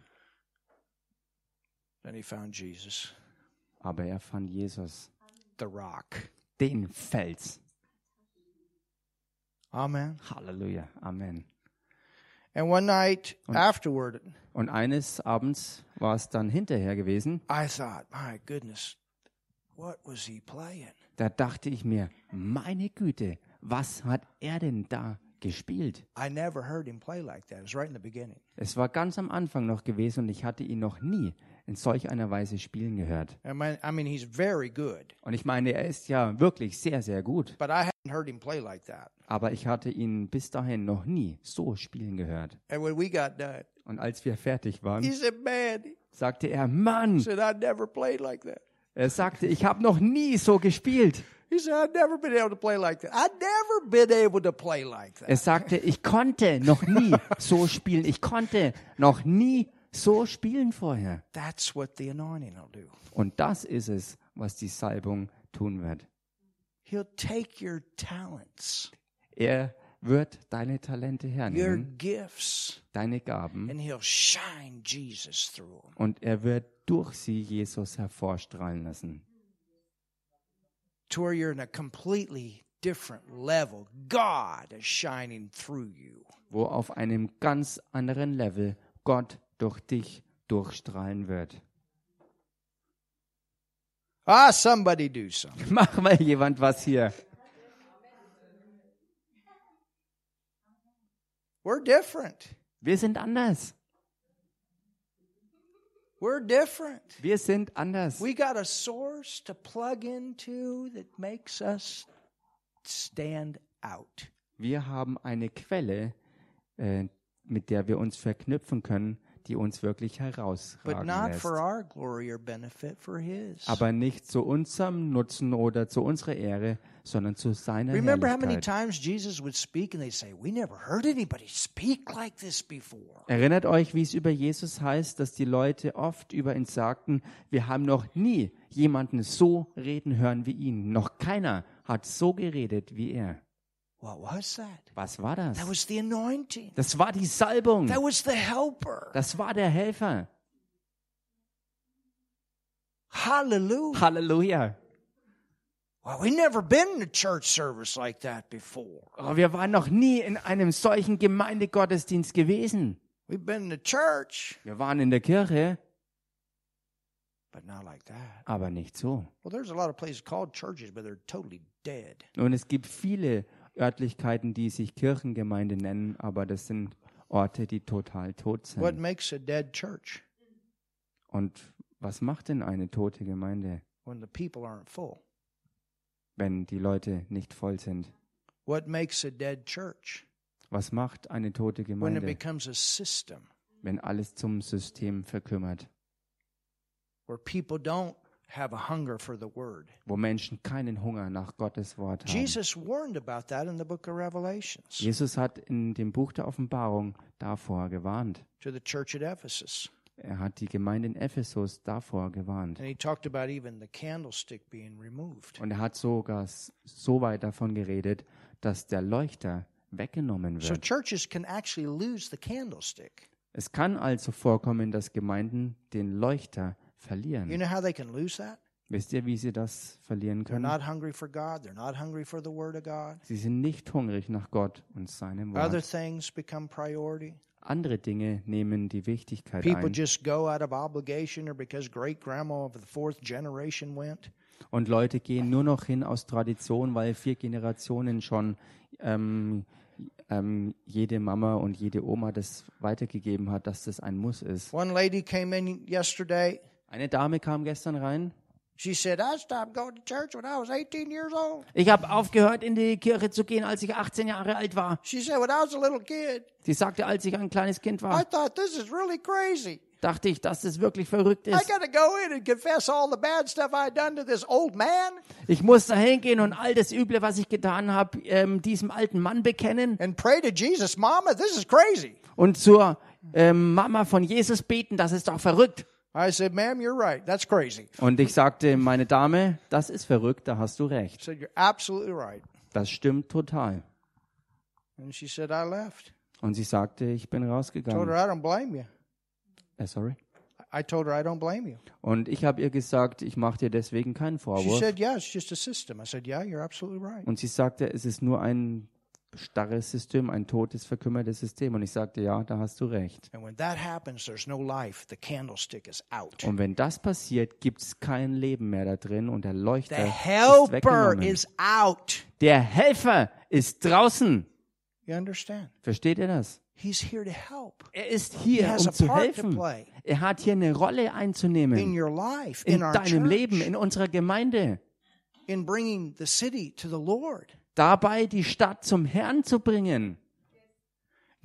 Speaker 2: Then he found Jesus,
Speaker 1: Aber er fand Jesus,
Speaker 2: the rock.
Speaker 1: den Fels.
Speaker 2: Amen.
Speaker 1: Halleluja, Amen.
Speaker 2: And one night afterward,
Speaker 1: Und eines Abends war es dann hinterher gewesen,
Speaker 2: I thought, my goodness, what was he playing?
Speaker 1: da dachte ich mir, meine Güte, was hat er denn da gespielt?
Speaker 2: I never heard him play like that. It was right in the beginning.
Speaker 1: Es war ganz am Anfang noch gewesen und ich hatte ihn noch nie in solch einer Weise spielen gehört.
Speaker 2: I mean, I mean he's very good,
Speaker 1: Und ich meine, er ist ja wirklich sehr, sehr gut,
Speaker 2: but I hadn't heard him play like that.
Speaker 1: aber ich hatte ihn bis dahin noch nie so spielen gehört.
Speaker 2: And when we got done,
Speaker 1: Und als wir fertig
Speaker 2: he
Speaker 1: waren,
Speaker 2: said, man, he
Speaker 1: sagte er, Mann,
Speaker 2: said, I never played like that.
Speaker 1: er sagte, ich habe noch nie so gespielt.
Speaker 2: He said, I've never been able to play like that. I've never been able to play like that.
Speaker 1: Er sagte, ich konnte noch nie so spielen. Ich konnte noch nie so spielen vorher.
Speaker 2: That's what the anointing will do.
Speaker 1: Und das ist es, was die Salbung tun wird.
Speaker 2: He'll take your talents
Speaker 1: Er wird deine Talente
Speaker 2: your
Speaker 1: hernehmen,
Speaker 2: gifts,
Speaker 1: deine Gaben,
Speaker 2: and He'll shine Jesus through them.
Speaker 1: und er wird durch sie Jesus hervorstrahlen lassen.
Speaker 2: To where you're in a completely different level. God is shining through you.
Speaker 1: wo auf einem ganz anderen Level Gott durch dich durchstrahlen wird. <laughs>
Speaker 2: Ah, somebody do something.
Speaker 1: Mach mal jemand was hier.
Speaker 2: We're different.
Speaker 1: Wir sind anders.
Speaker 2: We're different.
Speaker 1: Wir sind anders.
Speaker 2: We got a source to plug into that makes us stand out.
Speaker 1: Wir haben eine Quelle, äh, mit der wir uns verknüpfen können, die uns wirklich
Speaker 2: But
Speaker 1: herausragen
Speaker 2: not for
Speaker 1: lässt.
Speaker 2: our glory or benefit, for His.
Speaker 1: Aber nicht zu unserem Nutzen oder zu unserer Ehre, sondern zu seiner
Speaker 2: Remember how many
Speaker 1: Herrlichkeit.
Speaker 2: times Jesus would speak and they'd say, We never heard anybody speak like this before.
Speaker 1: Erinnert euch, wie es über Jesus heißt, dass die Leute oft über ihn sagten, wir haben noch nie jemanden so reden hören wie ihn. Noch keiner hat so geredet wie er.
Speaker 2: What was that?
Speaker 1: Was war das?
Speaker 2: That was the anointing.
Speaker 1: Das war die Salbung.
Speaker 2: That was the helper.
Speaker 1: Das war der Helfer.
Speaker 2: Hallelujah.
Speaker 1: Halleluja.
Speaker 2: Well, we never been in a church service like that before.
Speaker 1: Oh, wir waren noch nie in einem solchen Gemeindegottesdienst gewesen.
Speaker 2: We've been in the church,
Speaker 1: Wir waren in der Kirche,
Speaker 2: but not like that.
Speaker 1: aber nicht so.
Speaker 2: Well, there's a lot of places called churches, but they're totally dead.
Speaker 1: Und es gibt viele Örtlichkeiten, die sich Kirchengemeinde nennen, aber das sind Orte, die total tot sind.
Speaker 2: What makes a dead church
Speaker 1: Und was macht denn eine tote Gemeinde,
Speaker 2: when the people aren't full?
Speaker 1: wenn die Leute nicht voll sind?
Speaker 2: What makes a dead church
Speaker 1: Was macht eine tote
Speaker 2: when it
Speaker 1: Gemeinde,
Speaker 2: becomes a system
Speaker 1: wenn alles zum System verkümmert,
Speaker 2: where people don't have a hunger for the word?
Speaker 1: wo Menschen keinen Hunger nach Gottes Wort haben?
Speaker 2: Jesus warned about that in the book of Revelations
Speaker 1: Jesus hat in dem Buch der Offenbarung davor gewarnt.
Speaker 2: to the church at Ephesus.
Speaker 1: Er hat die Gemeinde in Ephesus davor gewarnt.
Speaker 2: And he talked about even the candlestick being removed.
Speaker 1: Und er hat sogar s- so weit davon geredet, dass der Leuchter weggenommen
Speaker 2: So
Speaker 1: wird.
Speaker 2: churches can actually lose the candlestick.
Speaker 1: Es kann also vorkommen, dass Gemeinden den Leuchter
Speaker 2: You
Speaker 1: verlieren.
Speaker 2: know how they can lose that?
Speaker 1: Wisst ihr, wie sie das verlieren
Speaker 2: They're
Speaker 1: können?
Speaker 2: not hungry for God, they're not hungry for the word of God.
Speaker 1: Sie sind nicht hungrig nach Gott und seinem
Speaker 2: Other
Speaker 1: Wort.
Speaker 2: things become priority.
Speaker 1: Andere Dinge nehmen die Wichtigkeit
Speaker 2: People
Speaker 1: ein.
Speaker 2: just go out of obligation or because great grandma of the fourth generation went.
Speaker 1: Und Leute gehen nur noch hin aus Tradition, weil vier Generationen schon ähm, ähm, jede Mama und jede Oma das weitergegeben hat, dass das ein Muss ist.
Speaker 2: One lady came in yesterday.
Speaker 1: Eine Dame kam gestern rein.
Speaker 2: She said, I stopped going to church when I was 18 years old.
Speaker 1: Ich habe aufgehört, in die Kirche zu gehen, als ich 18 Jahre alt war.
Speaker 2: She said, When I was a little kid,
Speaker 1: Sie sagte, als ich ein kleines Kind
Speaker 2: I
Speaker 1: war,
Speaker 2: thought this is really crazy.
Speaker 1: dachte ich, dass das wirklich verrückt
Speaker 2: I
Speaker 1: ist.
Speaker 2: got to go in and confess all the bad stuff I done to this old man
Speaker 1: Ich muss da hingehen und all das Üble, was ich getan habe, ähm, diesem alten Mann bekennen.
Speaker 2: and pray to Jesus, Mama, this is crazy.
Speaker 1: und zur ähm, Mama von Jesus beten, das ist doch verrückt.
Speaker 2: I said, Ma'am, you're right. That's crazy.
Speaker 1: Und ich sagte, meine Dame, das ist verrückt, da hast du
Speaker 2: I
Speaker 1: recht.
Speaker 2: said, You're absolutely right.
Speaker 1: Das stimmt total.
Speaker 2: And she said, I left.
Speaker 1: Und sie sagte, ich bin
Speaker 2: Told her,
Speaker 1: rausgegangen.
Speaker 2: I don't blame you.
Speaker 1: Äh, sorry.
Speaker 2: I told her, I don't blame you.
Speaker 1: Und ich habe ihr gesagt, ich mache dir deswegen keinen
Speaker 2: She
Speaker 1: Vorwurf.
Speaker 2: said, Yeah, it's just a system. I said, Yeah, you're absolutely right.
Speaker 1: Und sie sagte, es ist nur ein starres System, ein totes, verkümmertes System. Und ich sagte, ja, da hast du recht.
Speaker 2: And when that happens, there's no life. The candlestick is out.
Speaker 1: Und wenn das passiert, gibt es kein Leben mehr da drin und der
Speaker 2: The
Speaker 1: Leuchter ist
Speaker 2: helper
Speaker 1: weggenommen.
Speaker 2: is out.
Speaker 1: Der Helfer ist draußen.
Speaker 2: You understand?
Speaker 1: Versteht ihr das?
Speaker 2: He's here to help
Speaker 1: Er ist
Speaker 2: He
Speaker 1: hier,
Speaker 2: has a
Speaker 1: um zu
Speaker 2: part to
Speaker 1: helfen.
Speaker 2: play.
Speaker 1: Er hat hier eine Rolle
Speaker 2: in
Speaker 1: einzunehmen
Speaker 2: your life, in,
Speaker 1: Hmm. in
Speaker 2: our
Speaker 1: deinem
Speaker 2: church,
Speaker 1: Leben, in unserer Gemeinde.
Speaker 2: in bringing the city to the Lord.
Speaker 1: Dabei die Stadt zum Herrn zu bringen.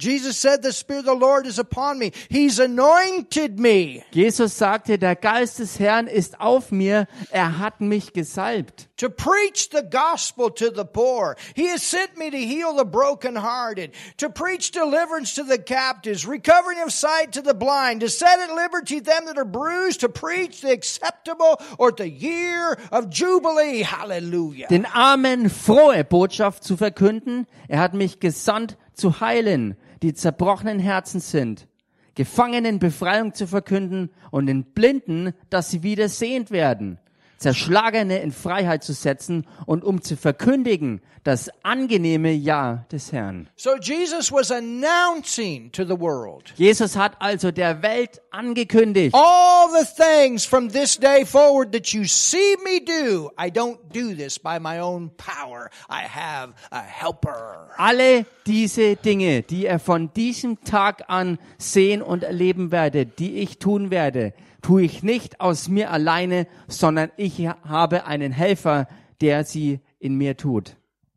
Speaker 2: Jesus said, The Spirit of the Lord is upon me. He's anointed me
Speaker 1: Jesus sagte, der Geist des Herrn ist auf mir, er hat mich gesalbt,
Speaker 2: to preach the gospel to the poor. He has sent me to heal the brokenhearted, to preach deliverance to the captives, recovering of sight to the blind, to set at liberty them that are bruised, to preach the acceptable or the year of Jubilee. Hallelujah.
Speaker 1: den Armen frohe Botschaft zu verkünden, er hat mich gesandt zu heilen, die zerbrochenen Herzen sind, Gefangenen Befreiung zu verkünden und den Blinden, dass sie wieder sehend werden, Zerschlagene in Freiheit zu setzen und um zu verkündigen das angenehme Jahr des Herrn.
Speaker 2: So Jesus was announcing to the world.
Speaker 1: Jesus hat also der Welt angekündigt,
Speaker 2: All the things from this day forward that you see me do, I don't do this by my own power. I have a helper.
Speaker 1: alle diese Dinge, die ihr von diesem Tag an sehen und erleben werdet, die ich tun werde, tue ich nicht aus mir alleine, sondern ich habe einen Helfer, der sie in mir tut.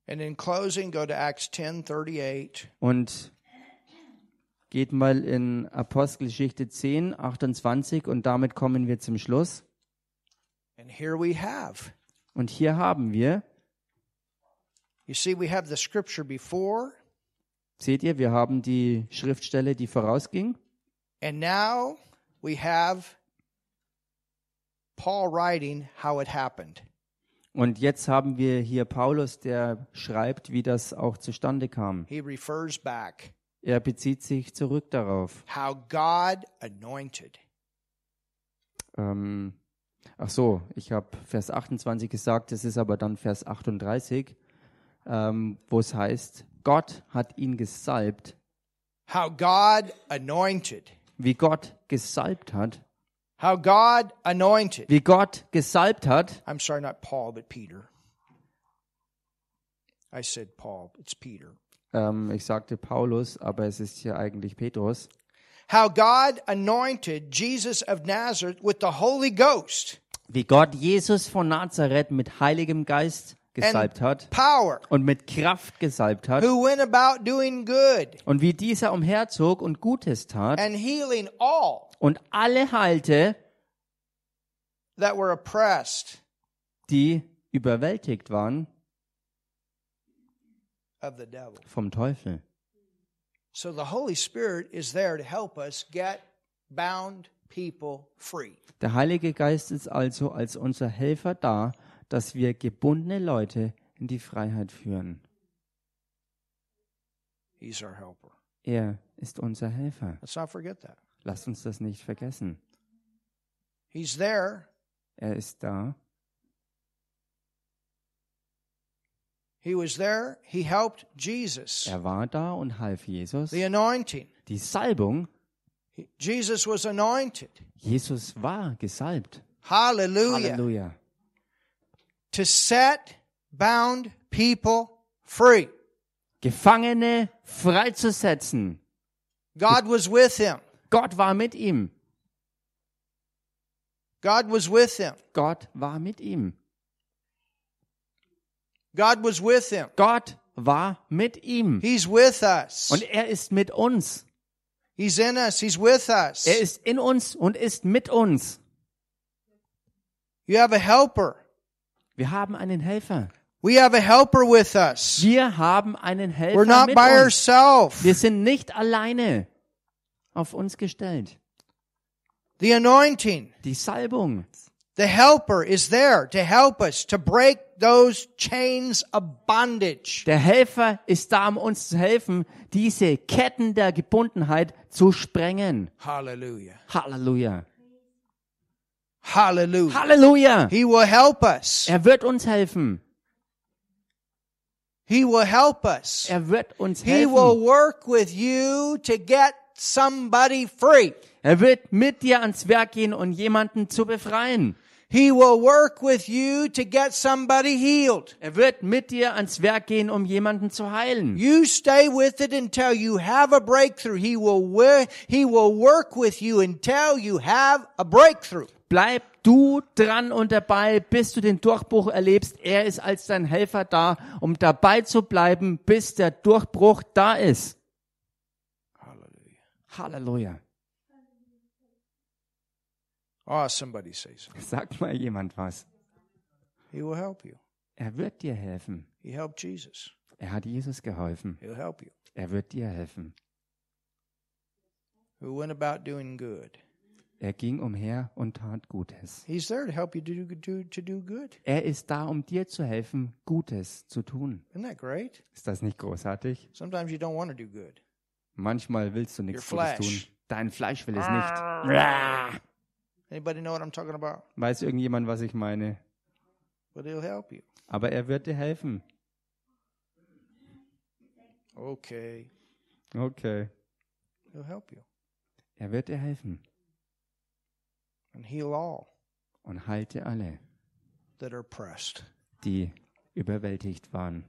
Speaker 2: And in closing, go to Acts 10 38.
Speaker 1: Und geht mal in Apostelgeschichte 10, 28 und damit kommen wir zum Schluss.
Speaker 2: And here we have.
Speaker 1: Und hier haben wir,
Speaker 2: You see, we have the scripture before,
Speaker 1: seht ihr, wir haben die Schriftstelle, die vorausging.
Speaker 2: and now we have Paul writing how it happened.
Speaker 1: Und jetzt haben wir hier Paulus, der schreibt, wie das auch zustande kam.
Speaker 2: He refers back
Speaker 1: Er bezieht sich zurück darauf.
Speaker 2: how God anointed.
Speaker 1: Ähm, ach so, ich habe Vers 28 gesagt, das ist aber dann Vers 38, ähm, wo es heißt, Gott hat ihn gesalbt.
Speaker 2: How God anointed.
Speaker 1: Wie Gott gesalbt hat,
Speaker 2: How God anointed.
Speaker 1: wie Gott gesalbt hat,
Speaker 2: I'm sorry, not Paul, but Peter. I said Paul, it's Peter.
Speaker 1: ähm, ich sagte Paulus, aber es ist hier eigentlich Petrus,
Speaker 2: How God anointed Jesus of Nazareth with the Holy Ghost
Speaker 1: wie Gott Jesus von Nazareth mit Heiligem Geist gesalbt hat
Speaker 2: power,
Speaker 1: und mit Kraft gesalbt hat
Speaker 2: who went about doing good
Speaker 1: und wie dieser umherzog und Gutes tat
Speaker 2: and healing all
Speaker 1: und alle heilte,
Speaker 2: that were oppressed
Speaker 1: die überwältigt waren
Speaker 2: of the devil.
Speaker 1: vom Teufel.
Speaker 2: So the Holy Spirit is there to help us get bound people free.
Speaker 1: Der Heilige Geist ist also als unser Helfer da, dass wir gebundene Leute in die Freiheit führen.
Speaker 2: He's our helper.
Speaker 1: Er ist unser Helfer.
Speaker 2: Let's not forget that.
Speaker 1: Lasst uns das nicht vergessen.
Speaker 2: He's there.
Speaker 1: Er ist da.
Speaker 2: He was there. He helped Jesus.
Speaker 1: Er war da und half Jesus.
Speaker 2: The anointing.
Speaker 1: Die Salbung,
Speaker 2: Jesus was anointed.
Speaker 1: Jesus war gesalbt.
Speaker 2: Hallelujah.
Speaker 1: Halleluja.
Speaker 2: To set bound people free.
Speaker 1: Gefangene freizusetzen.
Speaker 2: God was with him.
Speaker 1: Gott war mit ihm.
Speaker 2: God was with him.
Speaker 1: Gott war mit ihm.
Speaker 2: God was with him.
Speaker 1: Gott war mit ihm.
Speaker 2: He's with us.
Speaker 1: Und er ist mit uns.
Speaker 2: He's in us. He's with us.
Speaker 1: Er ist in uns und ist mit uns.
Speaker 2: You have a helper.
Speaker 1: Wir haben einen Helfer.
Speaker 2: We have a helper with us.
Speaker 1: Wir haben einen Helfer
Speaker 2: We're not
Speaker 1: mit
Speaker 2: by
Speaker 1: uns.
Speaker 2: ourselves.
Speaker 1: Wir sind nicht alleine auf uns gestellt.
Speaker 2: The anointing,
Speaker 1: Die Salbung,
Speaker 2: the helper is there to help us to break those chains of bondage.
Speaker 1: der Helfer ist da, um uns zu helfen, diese Ketten der Gebundenheit zu sprengen.
Speaker 2: Hallelujah.
Speaker 1: Halleluja.
Speaker 2: Hallelujah.
Speaker 1: Halleluja.
Speaker 2: He will help us.
Speaker 1: Er wird uns helfen.
Speaker 2: He will help us.
Speaker 1: Er wird uns
Speaker 2: He will
Speaker 1: helfen.
Speaker 2: work with you to get somebody free.
Speaker 1: Er wird mit dir ans Werk gehen, um jemanden zu befreien.
Speaker 2: He will work with you to get somebody healed.
Speaker 1: Er wird mit dir ans Werk gehen, um jemanden zu heilen.
Speaker 2: You stay with it until you have a breakthrough. He will, wo- he will work with you until you have a breakthrough.
Speaker 1: Bleib du dran und dabei, bis du den Durchbruch erlebst. Er ist als dein Helfer da, um dabei zu bleiben, bis der Durchbruch da ist. Halleluja.
Speaker 2: Oh, somebody say something.
Speaker 1: Sagt mal jemand was.
Speaker 2: He will help you.
Speaker 1: Er wird dir helfen.
Speaker 2: He helped Jesus.
Speaker 1: Er hat Jesus geholfen.
Speaker 2: He'll help you.
Speaker 1: Er wird dir helfen.
Speaker 2: Who went about doing good.
Speaker 1: Er ging umher und tat Gutes.
Speaker 2: He's there to help you to do, to, to do good.
Speaker 1: Er ist da, um dir zu helfen, Gutes zu tun.
Speaker 2: Isn't that great?
Speaker 1: Ist das nicht großartig?
Speaker 2: Sometimes you don't want to do good.
Speaker 1: Manchmal willst du nichts
Speaker 2: Your
Speaker 1: Gutes
Speaker 2: flesh. Ah.
Speaker 1: tun. Dein Fleisch will es nicht.
Speaker 2: Anybody know what I'm talking about?
Speaker 1: Weiß irgendjemand, was ich meine?
Speaker 2: But he'll help you.
Speaker 1: Aber er wird dir helfen.
Speaker 2: Okay.
Speaker 1: Okay.
Speaker 2: He'll help you.
Speaker 1: Er wird dir helfen
Speaker 2: And heal all
Speaker 1: und heilte alle,
Speaker 2: that are oppressed.
Speaker 1: die überwältigt waren.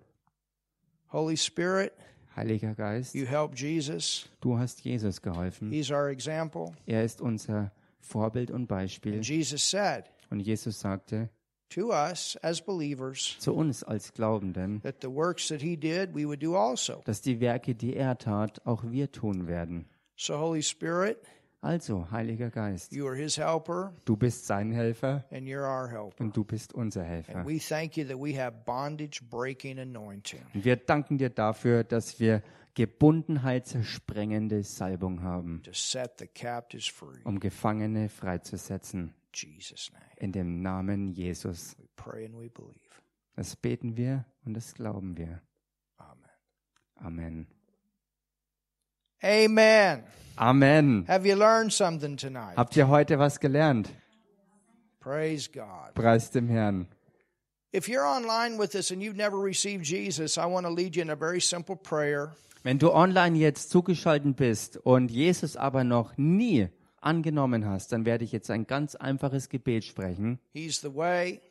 Speaker 2: Holy Spirit,
Speaker 1: Heiliger Geist,
Speaker 2: you help Jesus.
Speaker 1: du hast Jesus geholfen.
Speaker 2: He's our example.
Speaker 1: Er ist unser Vorbild und Beispiel.
Speaker 2: And Jesus said
Speaker 1: Und Jesus sagte
Speaker 2: to us as believers
Speaker 1: zu uns als Glaubenden,
Speaker 2: that the works that he did, we would do also.
Speaker 1: dass die Werke, die er tat, auch wir tun werden.
Speaker 2: So, Holy Spirit,
Speaker 1: Also, Heiliger Geist,
Speaker 2: you are his helper
Speaker 1: du bist sein Helfer
Speaker 2: and you're our helper.
Speaker 1: und du bist unser
Speaker 2: And
Speaker 1: Helfer.
Speaker 2: we thank you that we have bondage breaking anointing.
Speaker 1: Und wir danken dir dafür, dass wir gebundenheitssprengende Salbung haben,
Speaker 2: to set the captives free. In
Speaker 1: um Gefangene freizusetzen.
Speaker 2: Jesus' name,
Speaker 1: In dem Namen Jesus.
Speaker 2: we pray and we believe.
Speaker 1: Das beten wir und das glauben wir.
Speaker 2: Amen.
Speaker 1: Amen.
Speaker 2: Amen.
Speaker 1: Amen.
Speaker 2: Have you learned something tonight?
Speaker 1: Habt ihr heute was gelernt?
Speaker 2: Praise God.
Speaker 1: Preis dem Herrn.
Speaker 2: If you're online with us and you've never received Jesus, I want to lead you in a very simple prayer.
Speaker 1: Wenn du online jetzt zugeschaltet bist und Jesus aber noch nie angenommen hast, dann werde ich jetzt ein ganz einfaches Gebet sprechen.
Speaker 2: He's the way,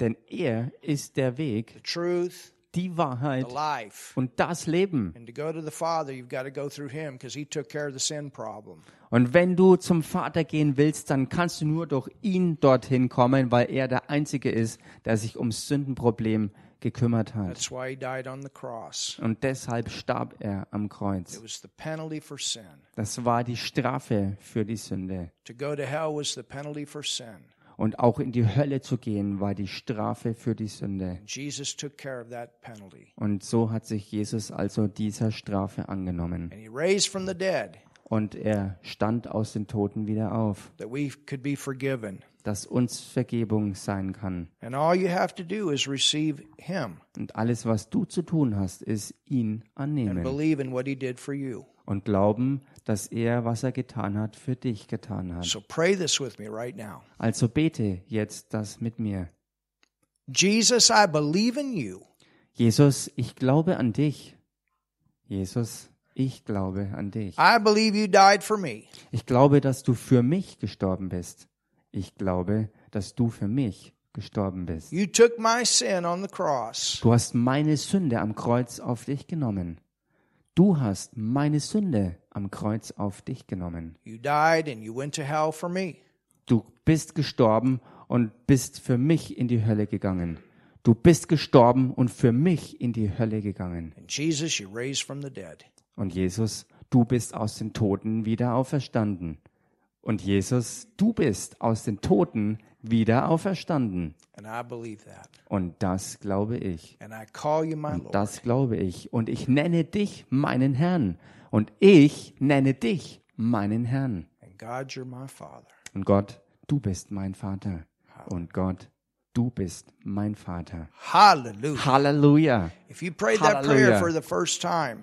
Speaker 1: Denn er ist der
Speaker 2: the
Speaker 1: Weg,
Speaker 2: truth,
Speaker 1: die
Speaker 2: the
Speaker 1: Wahrheit
Speaker 2: life.
Speaker 1: und das Leben.
Speaker 2: And to go to the Father, you've got to go through Him because He took care of the sin problem.
Speaker 1: Und wenn du zum Vater gehen willst, dann kannst du nur durch ihn dorthin kommen, weil er der Einzige ist, der sich ums Sündenproblem gekümmert hat.
Speaker 2: That's why He died on the cross.
Speaker 1: Und deshalb starb er am
Speaker 2: It
Speaker 1: Kreuz.
Speaker 2: was the penalty for sin.
Speaker 1: Das war die Strafe für die Sünde.
Speaker 2: To go to hell was the penalty for sin.
Speaker 1: Und auch in die Hölle zu gehen, war die Strafe für die Sünde.
Speaker 2: Jesus took care of that penalty.
Speaker 1: Und so hat sich Jesus also dieser Strafe angenommen.
Speaker 2: And He raised from the dead.
Speaker 1: Und er stand aus den Toten wieder auf,
Speaker 2: that we could be forgiven.
Speaker 1: dass uns Vergebung sein kann.
Speaker 2: And all you have to do is receive Him
Speaker 1: Und alles, was du zu tun hast, ist ihn
Speaker 2: and
Speaker 1: annehmen.
Speaker 2: believe in what He did for you.
Speaker 1: und glauben, dass er, was er getan hat, für dich getan hat.
Speaker 2: So pray this with me right now
Speaker 1: Also bete jetzt das mit mir.
Speaker 2: Jesus, I believe in you.
Speaker 1: Jesus, ich glaube an dich. Jesus, ich glaube an dich.
Speaker 2: I believe you died for me.
Speaker 1: Ich glaube, dass du für mich gestorben bist. Ich glaube, dass du für mich gestorben bist.
Speaker 2: You took my sin on the cross.
Speaker 1: Du hast meine Sünde am Kreuz auf dich genommen. Du hast meine Sünde am Kreuz auf dich genommen.
Speaker 2: You died and you went to hell for me.
Speaker 1: Du bist gestorben und bist für mich in die Hölle gegangen. Du bist gestorben und für mich in die Hölle gegangen.
Speaker 2: And Jesus, you raised from the dead.
Speaker 1: Und Jesus, du bist aus den Toten wieder auferstanden. Und Jesus, du bist aus den Toten wieder auferstanden.
Speaker 2: And I believe that.
Speaker 1: Und das glaube ich.
Speaker 2: And I call you my Lord.
Speaker 1: Das glaube ich. Und ich nenne dich meinen Herrn. Und ich nenne dich meinen Herrn.
Speaker 2: And God, you're my Father.
Speaker 1: Und Gott, du bist mein Vater. Und Gott, du bist mein Vater.
Speaker 2: Hallelujah.
Speaker 1: Halleluja.
Speaker 2: If you prayed that prayer
Speaker 1: Hallelujah.
Speaker 2: for the first time,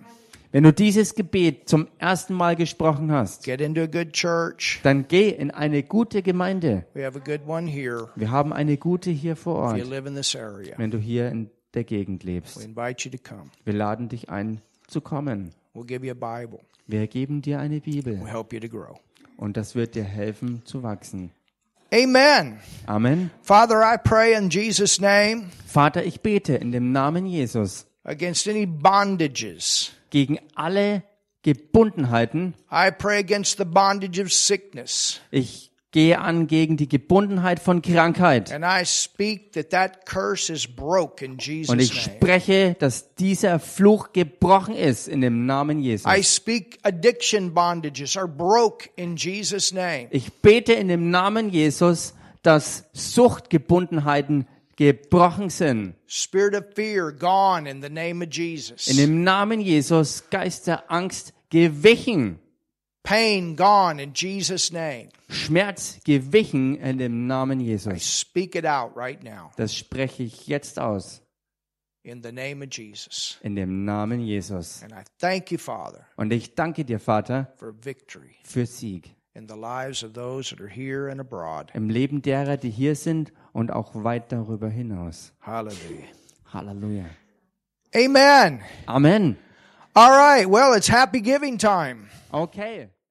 Speaker 1: Wenn du dieses Gebet zum ersten Mal gesprochen hast,
Speaker 2: get into a good church.
Speaker 1: dann geh in eine gute Gemeinde.
Speaker 2: We have a good one here.
Speaker 1: Wir haben eine gute hier vor
Speaker 2: If you
Speaker 1: Ort,
Speaker 2: live in this area,
Speaker 1: wenn du hier in der Gegend
Speaker 2: we
Speaker 1: lebst.
Speaker 2: invite you to come.
Speaker 1: Wir laden dich ein, zu kommen.
Speaker 2: We'll give you a Bible.
Speaker 1: Wir geben dir eine
Speaker 2: We'll
Speaker 1: Bibel
Speaker 2: help you to grow.
Speaker 1: und das wird dir helfen zu wachsen.
Speaker 2: Amen.
Speaker 1: Amen.
Speaker 2: Father, I pray in Jesus' name
Speaker 1: Vater, ich bete in dem Namen Jesus
Speaker 2: against any bondages.
Speaker 1: gegen alle Gebundenheiten.
Speaker 2: I pray against the bondage of sickness.
Speaker 1: Ich gehe an gegen die Gebundenheit von Krankheit.
Speaker 2: And I speak that that curse is broke in
Speaker 1: Und
Speaker 2: Jesus'
Speaker 1: ich
Speaker 2: name.
Speaker 1: spreche, dass dieser Fluch gebrochen ist in dem Namen Jesus.
Speaker 2: I speak addiction bondages are broke in Jesus' name.
Speaker 1: Ich bete in dem Namen Jesus, dass Suchtgebundenheiten gebrochen sind.
Speaker 2: Spirit of fear gone in the name of Jesus.
Speaker 1: In dem Namen Jesus Geist der Angst gewichen.
Speaker 2: Pain gone in Jesus' name.
Speaker 1: Schmerz gewichen in dem Namen
Speaker 2: I
Speaker 1: Jesus.
Speaker 2: speak it out right now
Speaker 1: Das spreche ich jetzt aus.
Speaker 2: in the name of Jesus.
Speaker 1: In dem Namen Jesus.
Speaker 2: And I thank you, Father,
Speaker 1: Und ich danke dir, Vater,
Speaker 2: for victory
Speaker 1: für Sieg.
Speaker 2: in the lives of those that are here and abroad.
Speaker 1: Im Leben derer, die hier sind und auch weit darüber hinaus.
Speaker 2: Hallelujah.
Speaker 1: Halleluja.
Speaker 2: Amen.
Speaker 1: Amen.
Speaker 2: All right. Well, it's happy giving time.
Speaker 1: Okay.